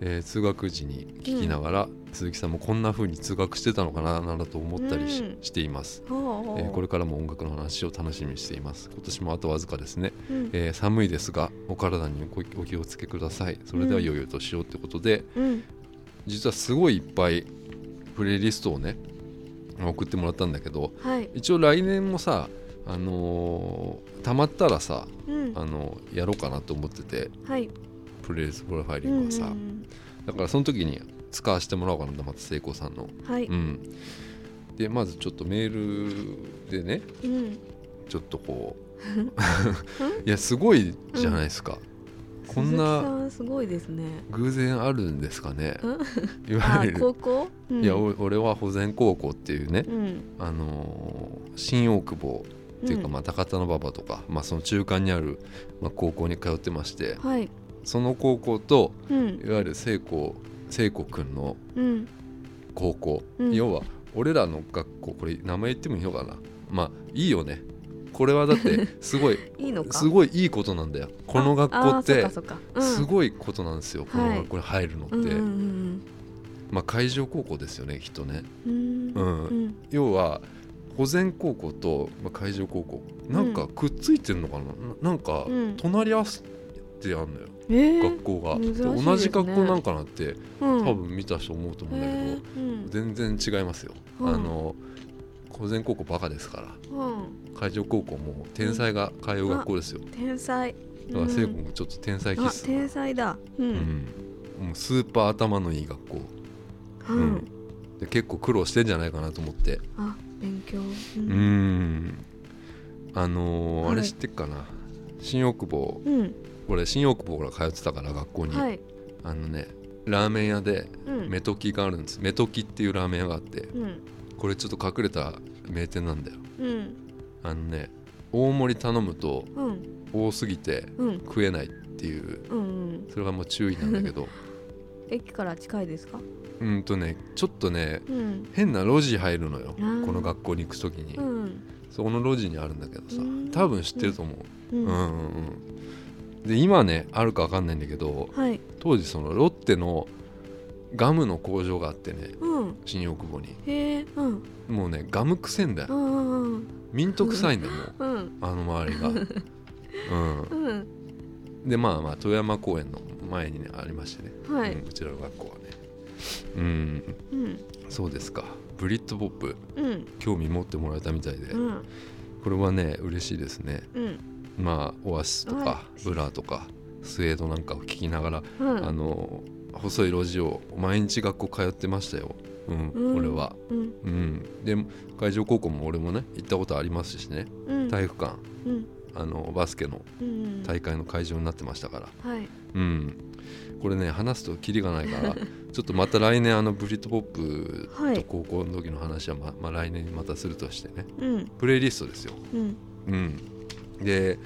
えー通学時に聞きながら、鈴木さんもこんな風に通学してたのかななどと思ったりし,、うんています、ほうえーこれからも音楽の話を楽しみにしています今年もあとわずかですね、うんえー寒いですがお体におお気をつけくださいそれではうん良いお年をってことで、うん実はすごいいっぱいプレイリストをね送ってもらったんだけどはい一応来年もさあのーたまったらさ、うんあのーやろうかなと思っててはいプレイリストプロファイリングはさ、うんだからその時に使わせてもらおうかなと思って聖子さんの。はいうん、でまずちょっとメールでねうん ちょっとこういやすごいじゃないですか、こん鈴な木さんすごいですね偶然あるんですかね うんいわあゆる高校、うん、いやお俺は保全高校っていうね、うんあのー新大久保っていうか、まあ、高田馬場とか、まあ、その中間にある、まあ、高校に通ってましてうんはいその高校とうんいわゆる聖子聖子くんのうん高校、うん要は俺らの学校これ名前言ってもいいのかなまあいいよねこれはだって すごいいいのかすごいいいことなんだよこの学校っああてそっかそっかうんすごいことなんですよこの学校に入るのって、うんうんうんまあ海上高校ですよねきっとねうんううんんうん要は保全高校と、まあ、海上高校なんかくっついてるのかな、ななんかうん隣り合わせてあるのよ、えー学校が、珍しいですね同じ学校なんかなってうん多分見た人思うと思うんだけど、へーう全ん然違いますよ、うんあの高専高校バカですからうん海上高校も天才が通う学校ですよ、天才だから聖子うんもちょっと天才気あ質、天才だううんんもうスーパー頭のいい学校うん、で結構苦労してんじゃないかなと思ってあ勉強ううんんあのーはいあれ知ってっかな新大久保うん俺新大久保から通ってたから学校に、はいあのねラーメン屋でうんメトキがあるんです、メトキっていうラーメン屋があってうんこれちょっと隠れた名店なんだようんあのね大盛り頼むとうん多すぎてうん食えないっていううんうんそれがもう注意なんだけど駅から近いですかうんとねちょっとねうん変な路地入るのよあーこの学校に行く時に、うんそこの路地にあるんだけどさうん多分知ってると思う、ううん、んうんはうんで今ねあるか分かんないんだけどい当時そのロッテのガムの工場があってねうん新大久保にへえうんもうねガム臭いんだうよんうんミント臭いんだよもううんあの周 りがうんうんでまあまあ富山公園の前にねありましてね、はいうん、こちらの学校はねうんうんそうですかブリッドポップうん興味持ってもらえたみたいで、うんこれはね嬉しいですねうんまあオアシスとか、はブラとかスウェードなんかを聞きながら、うんあの細い路地を毎日学校通ってましたよ、うんうん俺は、うんうん、で海上高校も俺もね行ったことありますしねうん体育館うんあのバスケのうん大会の会場になってましたからはいうん、これね話すとキリがないから ちょっとまた来年あのブリッドポップはとい高校の時の話はま,、まあ来年にまたするとしてねうんプレイリストですよ、うんうん、で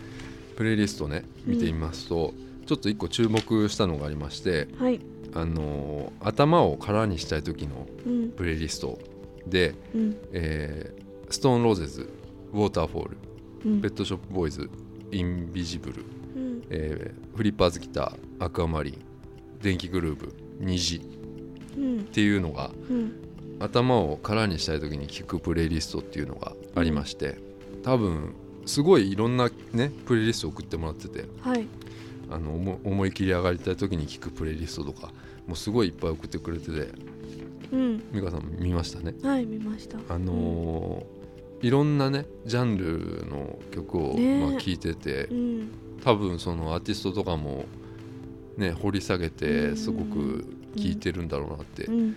プレイリストね見てみますと、ちょっと一個注目したのがありまして、はいあのー頭を空にしたい時のうんプレイリストで、うんえーストーンローゼズウォーターフォールうんペットショップボーイズインビジブルうんえーフリッパーズギターアクアマリン電気グルーブ虹っうんていうのがうん頭を空にしたい時に聴くプレイリストっていうのがありまして多分すごいいろんなねプレイリスト送ってもらっててはいあの思思い切り上がりたい時に聴くプレイリストとかもうすごいいっぱい送ってくれててうん美香さんも見ましたねはい見ましたあのーいろんなねジャンルの曲をねえまあ聴いてて、うん多分そのアーティストとかもね掘り下げうてんすごく聴いてるんだろうなってうん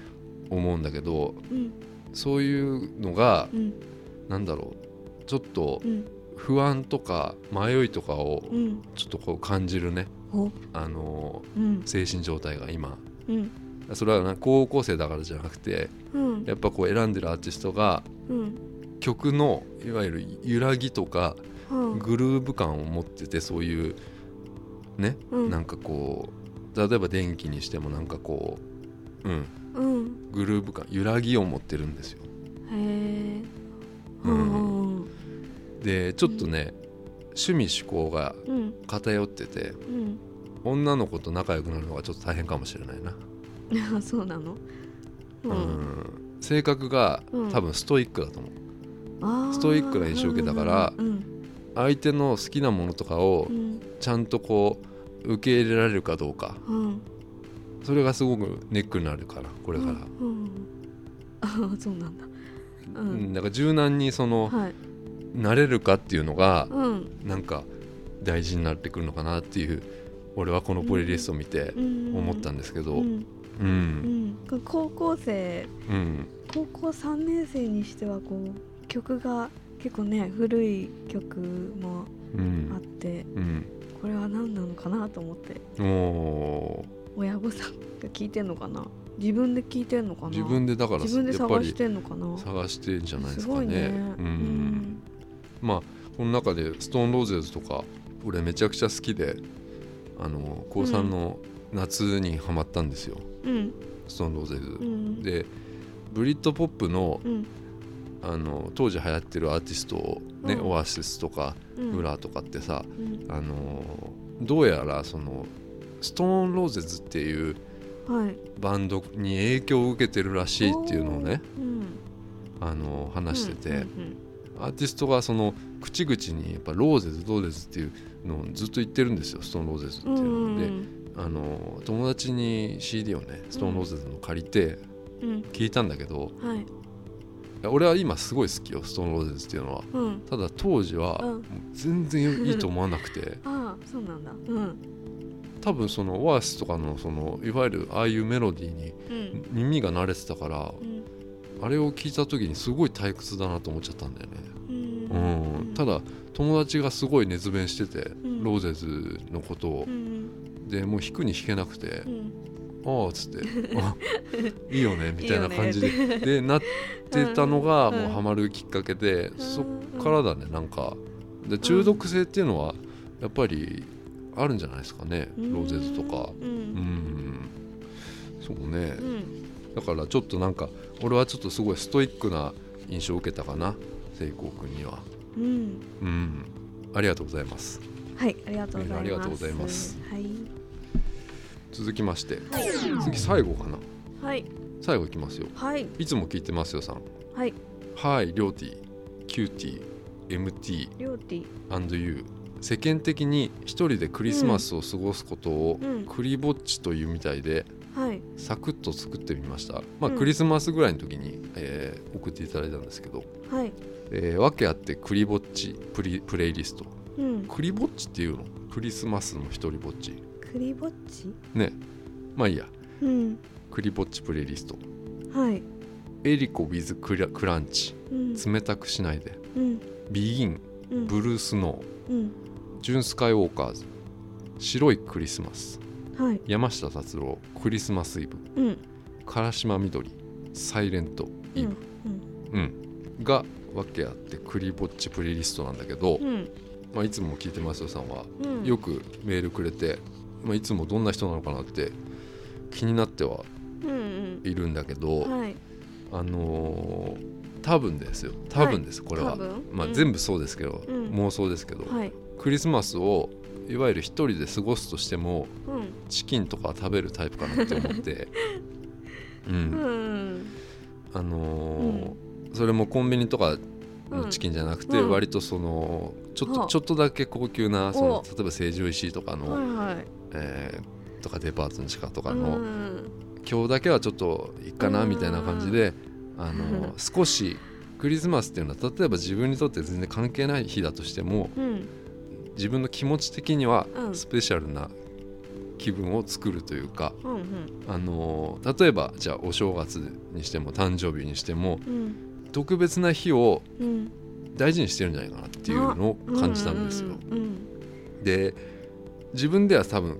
思うんだけどうんそういうのがうんなんだろうちょっとうん不安とか迷いとかをうんちょっとこう感じるねおあのうん精神状態が今うんそれはな高校生だからじゃなくてうんやっぱこう選んでるアーティストがうん曲のいわゆる揺らぎとかうんグルーヴ感を持っててそういうねうんなんかこう例えば電気にしてもなんかこう、うん、うんグルーヴ感揺らぎを持ってるんですよへえううんんでちょっとね、趣味思考がうん偏っててうん女の子と仲良くなるのがちょっと大変かもしれないな、あ そうなのううんん性格がうん多分ストイックだと思う、あーストイックな印象を受けたからうん相手の好きなものとかをうんちゃんとこう受け入れられるかどうかうんそれがすごくネックになるからここれから、うんあーそうなん だううんん、なんか柔軟にそのはい慣れるかっていうのがうんなんか大事になってくるのかなっていう俺はこのプレイリストを見てうん思ったんですけどううんうんん高校生うん高校3年生にしてはこう曲が結構ね古い曲もうんあってうんこれは何なののかなと思っておー親御さんが聞いてんのかな自分で聞いてんのかな自分でだから自分でやっぱ探りしてんのかな探してんじゃないですすごかいねねううんんまあこの中でストーンローゼズとか俺めちゃくちゃ好きであの高3の夏にハマったんですよ、うんストーンローゼズ、うんでブリッドポップのうんあの当時流行ってるアーティストをね、うんオアシスとかうんムラーとかってさ、うんあのどうやらそのストーンローゼズっていうはいバンドに影響を受けてるらしいっていうのをねうんあの話してて、うんアーティストがその口々にやっぱローゼズローゼズっていうのをずっと言ってるんですよストーンローゼズっていうんううんので、うんあの友達に CD をねストーンローゼズの借りてうん聞いたんだけど、うんはいいや俺は今すごい好きよストーンローゼズっていうのはうんただ当時はうん全然いいと思わなくてああそうなんだうん多分そのオアシスとかのそのいわゆるああいうメロディーにうん耳が慣れてたからうんあれを聞いた時にすごい退屈だなと思っちゃったんだよね。うんうん、ただ友達がすごい熱弁してて、んローゼズのことをう、んでもう弾くに弾けなくてう、んああっつって「あ いいよね」みたいな感じでいいよね でなってたのがうんもうハマるきっかけで、んそっからだねなんかで中毒性っていうのはやっぱりあるんじゃないですかね、ローゼズとか。ううんんそうねう、んだからちょっとなんか俺はちょっとすごいストイックな印象を受けたかな聖光君には。うんうん、ありがとうございます。はいありがとうございますありがとうございますはい続きまして、次最後かな。はい最後いきますよ。はいいつも聞いてますよさん。はいはい、りょうてぃ、キューティー、りょうてぃ MT& you。世間的に一人でクリスマスを過ごすことをうんクリぼっちというみたいではいサクッと作ってみました。まあうんクリスマスぐらいの時に、えー送っていただいたんですけど、はいえー、訳あってクリぼっちプリプレイリスト。うんクリぼっちっていうの？クリスマスの一人ぼっち。クリぼっちね、まあいいや。うんクリぼっちプレイリストはいエリコ with クラクランチうん冷たくしないでうんビギンうんブルースノーうんジュン・スカイウォーカーズ白いクリスマスはい山下達郎クリスマスイブうん唐島みどりサイレントイブ、うんうんが訳あってクリぼっちプレイリストなんだけど、うんまあ、いつも聞いてますよさんはうんよくメールくれて、まあ、いつもどんな人なのかなって気になってはうんいるんだけど、うんはいあのー多分ですよ多分です、これは多分まあ、うん全部そうですけど、うん妄想ですけど、はいクリスマスをいわゆる一人で過ごすとしてもうんチキンとか食べるタイプかなって思って うん、うんあのーそれもコンビニとかのチキンじゃなくて、うん割とそのちょっはとあちょっとだけ高級なそのお例えば成城石井とかの、はいはいえーとかデパートの地下とかの、うん今日だけはちょっといいかなみたいな感じで、あ の少しクリスマスっていうのは例えば自分にとって全然関係ない日だとしてもうん自分の気持ち的にはうんスペシャルな気分を作るというか、うんうんあの例えばじゃあお正月にしても誕生日にしてもうん特別な日をうん大事にしてるんじゃないかなっていうのを感じたんですよ。うんで自分では多分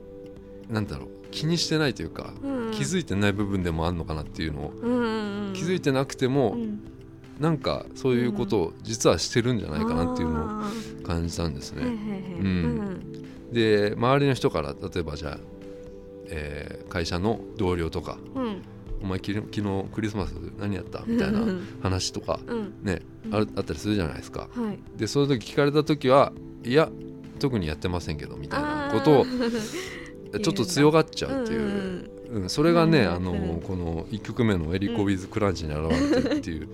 なんだろう気にしてないというか、うんうん気づいてない部分でもあるのかなっていうのをうんうんうん気づいてなくても、うんなんかそういうことを実はしてるんじゃないかなっていうのあを感じたんですーはいね。はいはいうんで周りの人から例えばじゃあ、えー会社の同僚とかうん「お前き昨日クリスマス何やった?」うんみたいうなん話とかうんねうんあるあったりするじゃないですか。はいでその時聞かれた時はいや特にやってませんけどみたいなことをあーちょっと強がっちゃうっていう。うんうん、それがね、うんあのうんこの1曲目の「エリコ・ウィズ・クランチ」に現れてるっていう、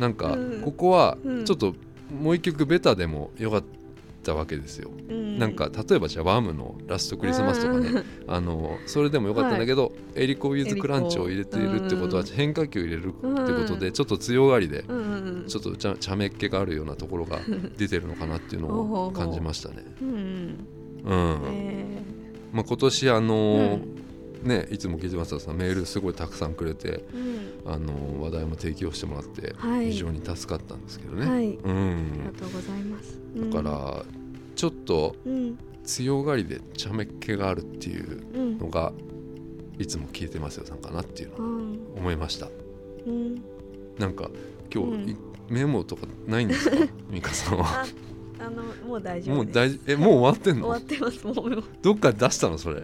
なんかうんここはうんちょっともう1曲ベタでもよかったわけですよ。ううんなんか例えばじゃあワームの「ラスト・クリスマス」とかね あのそれでもよかったんだけど、エリコ・ウィズ・クランチを入れているってことはうん変化球入れるってことうでちょっと強がりでうんうんうんちょっとちゃちゃめっ気があるようなとこ ろが出てるのかなっていうおほのほを感じましたね。ううんんえまあ、今年あのうねいつも木島さんメールすごいたくさんくれてーうんあの話題も提供してもらって、はい非常に助かったんですけどね、はいうんありがとうございますだかうんらちょっとうん強がりでちゃめっ気があるっていううんのがいつも聞いてますよさんかなっていうのうはん思いましたうんなんか今日、うんいメモとかないんです か美香さんはああのもう大丈も夫うです大えもう終わってん終わっのてますもうもどっかで出したのそれ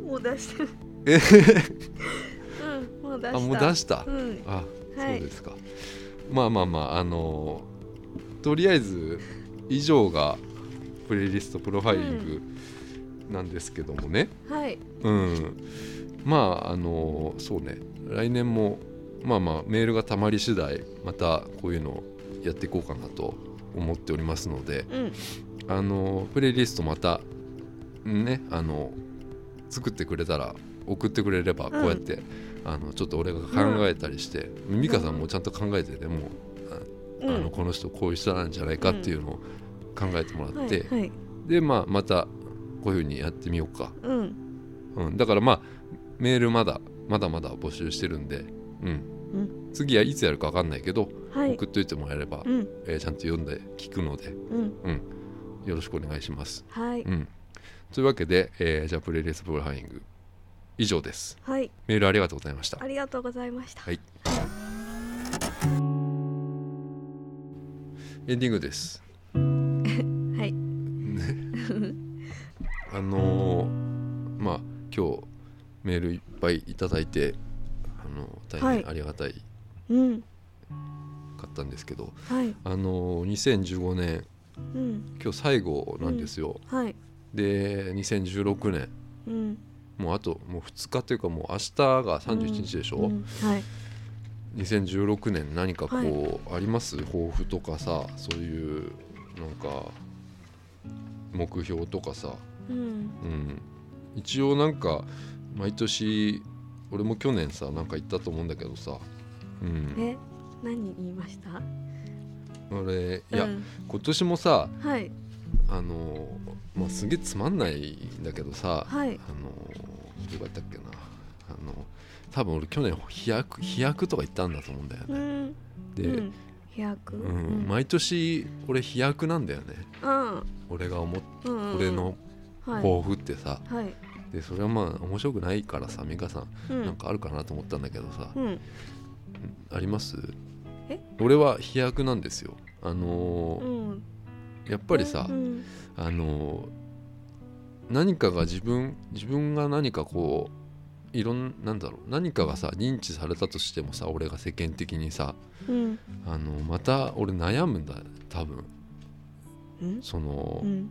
うもう出してるえうんもう出したあもう出した、うんあはそういですか、まあまあまああのーとりあえず以上がプレイリストプロファイリングなんですけどもねはいうん、まああのーそうね来年もまあまあメールがたまり次第またこういうのをやっていこうかなと思っておりますのでうんあのープレイリストまたねあの作ってくれたら送ってくれればこうやって、あのちょっと俺が考えたりして、美香さんもちゃんと考えてねもううんあのこの人こういう人なんじゃないかっていうのを考えてもらって、はいはいで、まあ、またこういうふうにやってみようか、うんうん、だからまあメールまだまだまだ募集してるんで、うん次はいつやるか分かんないけど、はい送っといてもらえれば、うんえーちゃんと読んで聞くのでうんよろしくお願いします。はいうん、というわけで、えーじゃあプレイレスプロハイング以上です。はいメールありがとうございましたあ。りがとうございましたはいエンディングです。はいあのーまあ今日メールいっぱいいただいて、あのー大変ありがたいうんかったんですけど、はいあのー2015年うん今日最後なんですよ、はいで2016年うんもうあともう2日というかもう明日が31日でしょ、うんはい2016年何かこうあります、抱負とかさそういうなんか目標とかさ、うんうん、一応なんか毎年俺も去年さなんか言ったと思うんだけどさ、うん、え何言いました俺いや、うん今年もさはいあの、まあ、すげえつまんないんだけどさ、はいあのどうやったっけなあの多分俺去年飛躍飛躍とか言ったんだと思うんだようね。んで、うん飛躍うん毎年俺飛躍なんだよねうん俺が思っうんうん俺のはい抱負ってさ、はいでそれはまあ面白くないからさ美香さん、うなんんかあるかなと思ったんだけどさ、うんありますえ俺は飛躍なんですよあのうーんやっぱりさ、うんあのー何かが自分自分が何かこういろんなんだろう何かがさ認知されたとしてもさ俺が世間的にさうんあのまた俺悩むんだ多分うんその、うん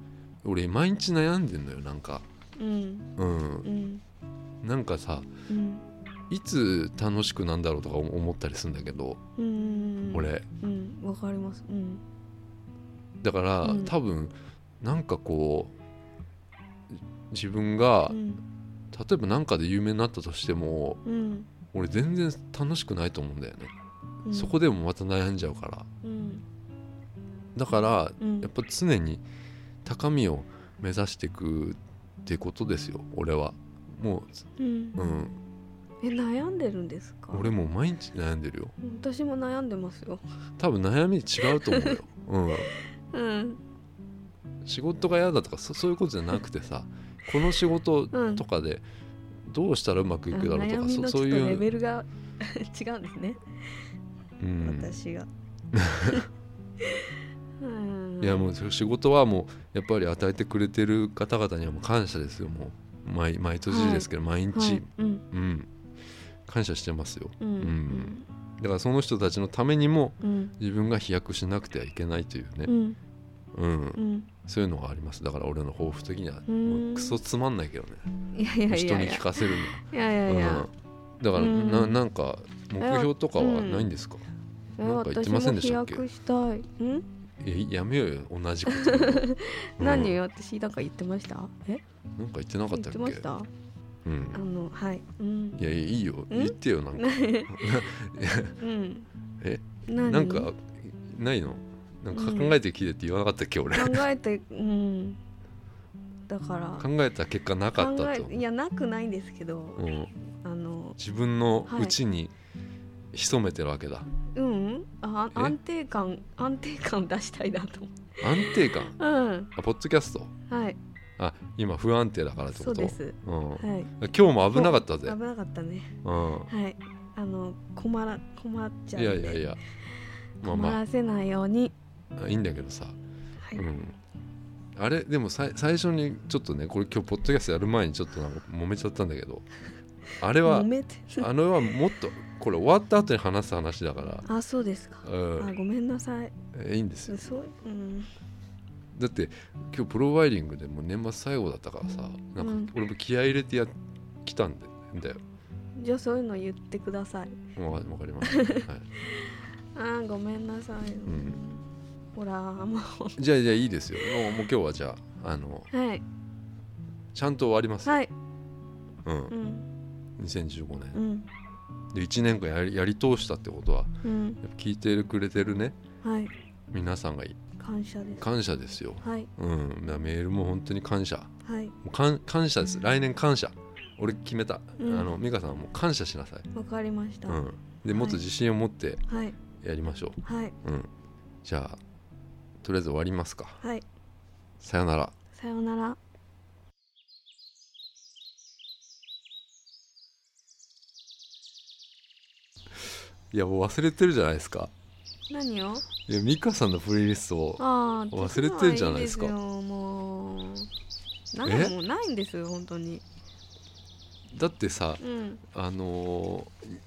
俺毎日悩んでんのよなんかうんうんうんなんかさうんいつ楽しくなんだろうとか思思ったりするんだけど、うん俺うんわかりますうんだから、うん多分なんかこう自分が、うん例えば何かで有名になったとしてもうん俺全然楽しくないと思うんだよね、うんそこでもまた悩んじゃうからうんだからうんやっぱ常に高みを目指していくってことですよ俺はもうんう、うん、え悩んでるんですか俺もう毎日悩んでるよ私も悩んでますよ多分悩み違うと思 うよ、うん、うん仕事が嫌だとかそそういうことじゃなくてさこの仕事うんとかでどうしたらうまくいくだろうと悩か、みそのちそょうっといレう、ベルが 違うんですねうん、私 が うんいやもうそう仕事はもうやっぱり与えてくれてる方々にはもう感謝ですよもう毎毎年ですけど、毎日、はいうんうん、感謝してますようんうんだからその人たちのためにもうん自分が飛躍しなくてはいけないというねう、んうんうんそういうのがありますだから俺の抱負的にはんもうクソつまんないけどねいやいやい人やにいや聞かせるのはいやいやいや、うん、だから、うんななんか目標とかはないんですか、えなんか言ってませんでしたっけ私も飛躍したいんえやめようよ同じ こと言うの、うん何、私なんか言ってましたえなんか言ってなか言っったってけましたうあんのはいうんいやいいよ言ってよなんか うんえ何なんかないのなんか考えて聞いてって言わなかったっけ俺考考えてうんだからえた結果なかったと考えいやなくないんですけど、うん、あの自分の内に潜めてるわけだ、うんうんあえ安定感安定感出したいなと安定感うんあポッドキャストはいあ今不安定だからってそこうとですうん、はい今日も危なかった危ぜ、なかったねうん、はいあの困ら困っちゃういんやでいやいやまあ困まらせないようにあいいんだけどさ、はうい、ん、あれでもさい最初にちょっとねこれ今日ポッドキャストやる前にちょっとなんか揉めちゃったんだけ どあれは揉めてあのはもっとこれ終わった後に話す話だから、あそうですかうあん、ごめんなさいえいいんですよそううんだって今日プロワイリングでもう年末最後だったからさなんか俺も気合い入れてやっ来たんだよだよじゃあそういうの言ってくださいわ かわかります、はいあーごめんなさい、んほらもじゃあじゃあいいですよもうもう今日はじゃああのうはいちゃんと終わりますよ、はいうんうん2015年うんで1年間やりやり通したってことはうんやっぱ聞いてくれてるねはい皆さんがい感謝です感謝ですよ、はいうん、なメールも本当に感謝はいもう感感謝です来年感謝俺決めた、うんあの美香さんはもう感謝しなさい、わかりました、うん、でもっと自信を持ってはいやりましょ、はいううん、じゃあとりあえず終わりますかはいさよならさようならいやもう忘れてるじゃないですか何をいや美香さんのプレイリストをああ忘れてんじゃないですかもうなんえかもうないんですよ本当にだってさうんあのー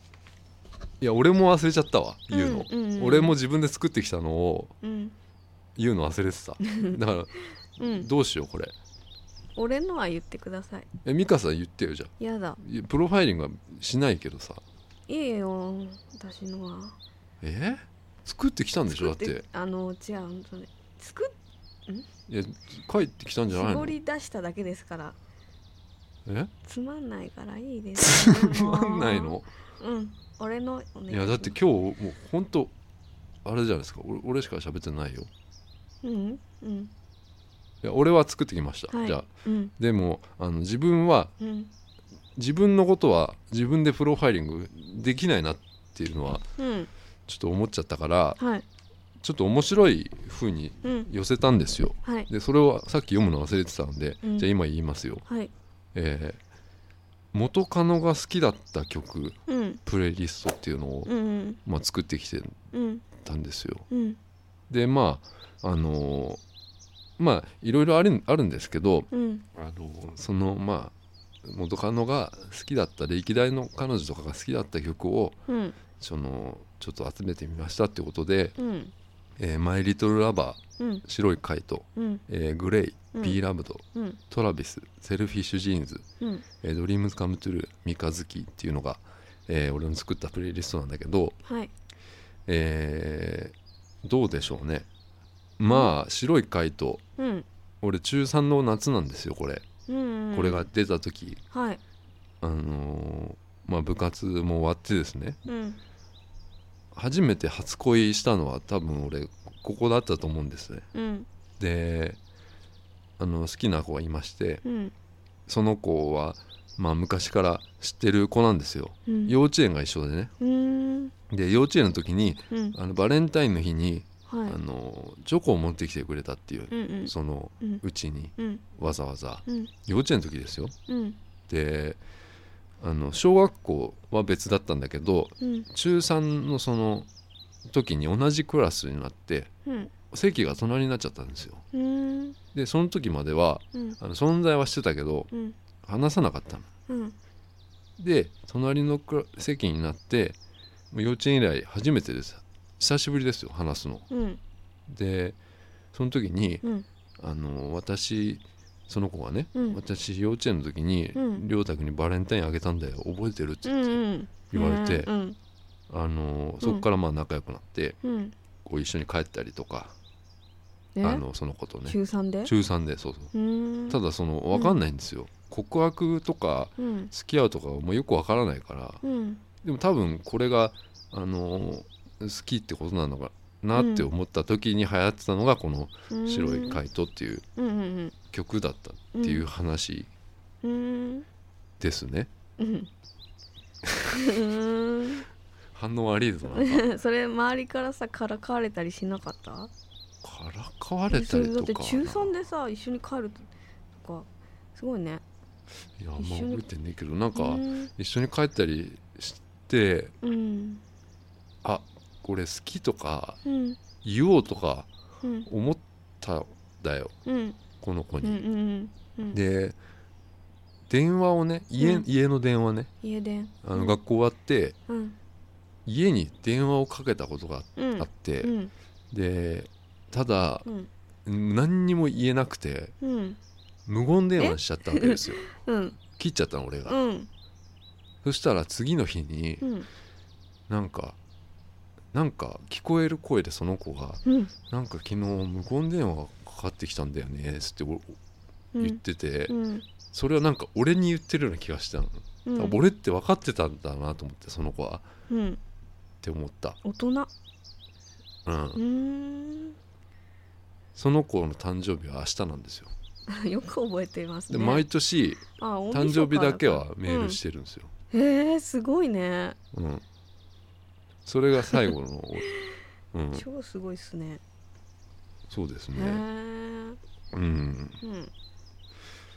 いや俺も忘れちゃったわ言うの、うんうんうん俺も自分で作ってきたのをうん言うの忘れ てただからうんどうしようこれ俺のは言ってくださいえ美香さん言ってよじゃあやだいやプロファイリングはしないけどさいいよ私のはえ作ってきたんでしょだって作あの違う本当に作っいや帰ってきたんじゃない絞のり出しただけですからえつまんないからいいですつまん ないのうん俺のお願いやだって今日もう本当あれじゃないですか俺俺しか喋ってないようんうんいや俺は作ってきました、はいじゃあうんでもあの自分はうん自分のことは自分でプロファイリングできないなっていうのはうんちょっと思っちゃったからはいちょっと面白い風にうん寄せたんですよはいでそれをさっき読むの忘れてたんで、うんじゃあ今言いますよはいえー元カノが好きだった曲うんプレイリストっていうのを、うんまあ、作ってきてうんたんですようんでまああのーまあいろいろあるあるんですけど、うんあのーそのまあ元カノが好きだった歴代の彼女とかが好きだった曲をうんそのちょっと集めてみましたってことでうん「えーマイ・リトル・ラバー」うん「白いカイト」うんえーグレイ」うんビー・ラブド」うんトラビス」「セルフィッシュ・ジーンズ」うんえー「ドリームズカムトゥルー三日月」っていうのが、えー俺の作ったプレイリストなんだけど、はいえーどうでしょうねまあ「白い回答うん俺中3の夏なんですよこれうんこれが出た時、はいあのーまあ、部活も終わってですねうん初めて初恋したのは多分俺ここだったと思うんですねうんであの好きな子がいましてうんその子は、まあ、昔から知ってる子なんですようん幼稚園が一緒でねうんで幼稚園の時にうんあのバレンタインの日に、はいあのチョコを持ってきてくれたっていう、うんうんそのうんうちにうんわざわざうん幼稚園の時ですようんであの小学校は別だったんだけどうん中3のその時に同じクラスになってうん席が隣になっちゃったんですようんでその時まではうんあの存在はしてたけどうん話さなかったのうんで隣のクラ席になってもう幼稚園以来初めてです久しぶりですよ話すのうんでその時にうんあの私その子がね、うん私幼稚園の時にうん亮太君にバレンタインあげたんだよ覚えてるってう言って、ん言われてうんあのそこからまあ仲良くなって、うんこう一緒に帰ったりとか、えあのその子とね中三で中3でそうそううんただその分かんないんですよ、告白とかうん付き合うとかはもうよく分からないからうんでも多分これがあの好きってことなのかなって思った時に流行ってたのがこの「白い海回答」っていううんうん曲だったっていう話うんうんですね、うんうん反応悪いぞなんか それ周りからさからかわれたりしなかったからかわれたりそとだってか中3でさ一緒に帰るとかすごいねいやあん一ま緒に覚えてねえけどなんかうん一緒に帰ったりしてうんあこれ好きとかうん言おうとかうん思ったんだようんこの子うんうに。んうんで電話をね家,、うん家の電話ね家電あうのん学校終わってうん家に電話をかけたことがうんあって、うんでただうん何にも言えなくてうん無言電話しちゃったわけですよ うん切っちゃったの俺が、うんそしたら次の日にうんなんかなんか聞こえる声でその子がうん「なんか昨日無言電話がかかってきたんだよね」つっておう言っんてて、うんそれはなんか俺に言ってるような気がしたの、うん俺って分かってたんだなと思ってその子はうんって思った、大人うんうーんその子の誕生日は明日なんですよよく覚えていますで、ね毎年あ大誕晦生日日だけはからメールしてるんですよ、うんへえすごいねうんそれが最後の、 うん、超すごいっすねそうですへね、えうん、うん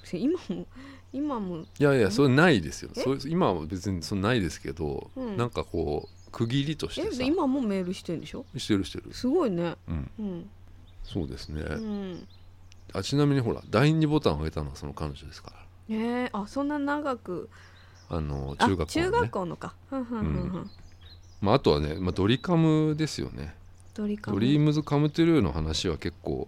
せ今も今もいやいやそれないですよえそう今は別にそんなないですけど、うんなんかこう区切りとしえてさ今もメールしてんでしょしてるしてる、すごいねうん、うんそうですね、うんあちなみにほら第二ボタンを上げたのはその彼女ですからへえあそんな長くあのあ中学校中のね学校のかふんふんふんふんまあ、あとはね、まあ、ドリカムですよねドリカムドリームズカムトゥルーの話は結構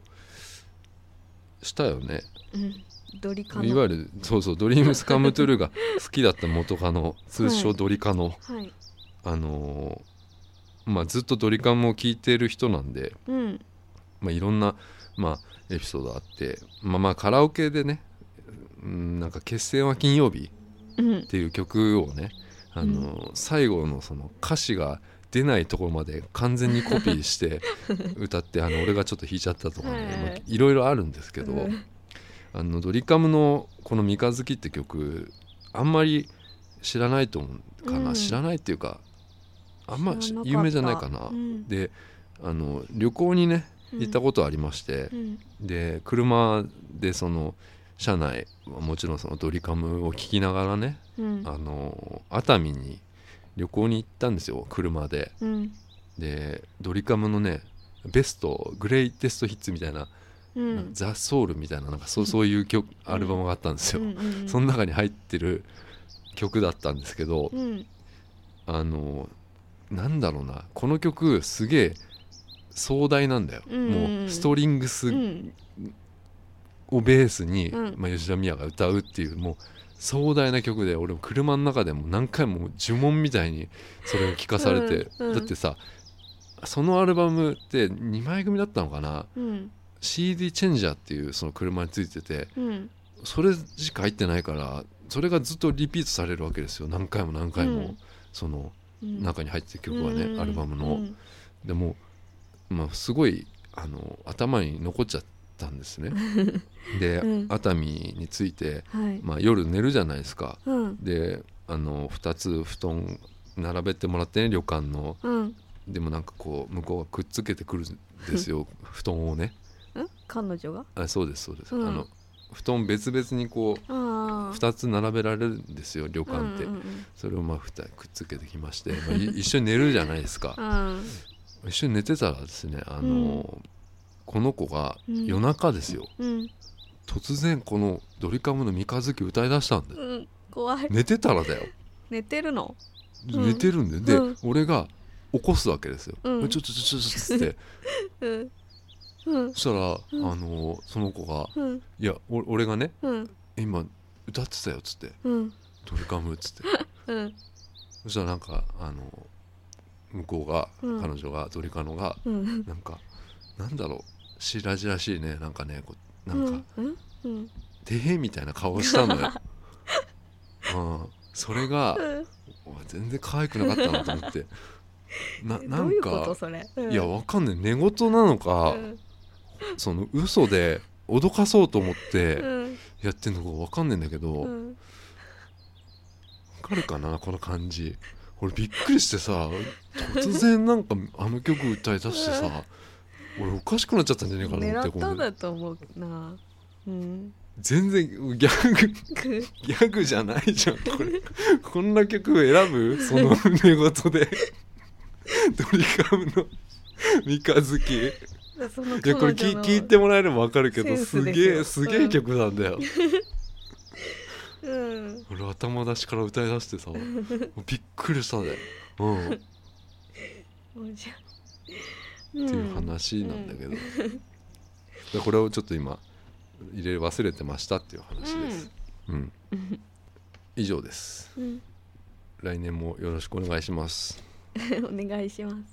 したよねうんドリカムいわゆるそうそうドリームズカムトゥルーが好きだった元カノ通称ドリカノ、はいあのーまあずっとドリカムを聴いてる人なんで、うんまあ、いろんな、まあ、エピソードあってまあまあカラオケでねうんなんか「決戦は金曜日」うんっていう曲をね、あの最後のその歌詞が出ないところまで完全にコピーして歌ってあの俺がちょっと弾いちゃったとかね、はいまあいろいろあるんですけど、うんあのドリカムのこの「三日月」って曲あんまり知らないと思うかな、うん知らないっていうかあんま知らなかった有名じゃないかな。うんであの旅行にね行ったことありましてう、んで車でその車内はもちろんそのドリカムを聴きながらねうんあの熱海に旅行に行ったんですよ車でうんでドリカムのねベストグレイテストヒッツみたいな、うんザ・ソウルみたいななんかそうそういう曲アルバムがあったんですよ、うんうんその中に入ってる曲だったんですけど、うんあのなんだろうなこの曲すげえ壮大なんだよ、うんもうストリングスうんをベースに、うんまあ、吉田美也が歌うっていうもう壮大な曲で俺も車の中でも何回も呪文みたいにそれを聴かされて、うんうんだってさそのアルバムって2枚組だったのかなうん CD チェンジャーっていうその車についててうんそれしか入ってないからそれがずっとリピートされるわけですよ何回も何回も、うんそのうん中に入ってる曲はね、うんアルバムの、うんでも、まあ、すごいあの頭に残っちゃったん ですねで、うん熱海についてはいまあ、夜寝るじゃないですかうんであの2つ布団並べてもらってね旅館のうんでもなんかこう向こうがくっつけてくるんですよ布団をねん彼女があそうですそうです、うんあの布団別々にこうああ2つ並べられるんですよ旅館って、うんうんそれをまあ2くっつけてきまして、まあい一緒に寝るじゃないです かうん一緒に寝てたらですねあの、この子がうん夜中ですよ、うん突然このドリカムの三日月歌いだしたんでうん怖い寝てたらだよ寝てるのうん寝てるんで、で、うん俺が起こすわけですよ「うんちょちょちょちょ」つ ってうんうんそしたら、んあのその子がうん「いやお俺がねうん今歌ってたよ」つってうん「ドリカム」つってうんそしたらなんかあの向こうが、うん彼女がドリカノがうんなんかなんだろう白々しいねなんかねこうなんか、うんうんてへみたいな顔したのよ、 うん、それがうんお前全然可愛くなかったなと思 ってなえなどういんうことかそれいやわかんない寝言なのうか、んその嘘で脅かそうと思っうてんやってんのかわかんないんだけど、うわんかるかなこの感じ俺びっくりしてさ突然なんかあの曲歌いだしてさ俺おかしくなっちゃったんじゃねえかなと思って狙ったんこだと思うなうんう 全然ギャグギャグじゃないじゃんこれこんな曲選ぶそ の寝言でドリカムの三日月いそのやこれ彼聞女の聞いてもらえればわかるけどセンすスですげえよすげえ曲なんだよ、うん俺頭出しから歌い出してさもうびっくりしたねうんっもうじゃあてういう話なんだけど、でこれをちょっと今入れ忘れてましたっていう話ですうん、以上ですうん、来年もよろしくお願いします お願いします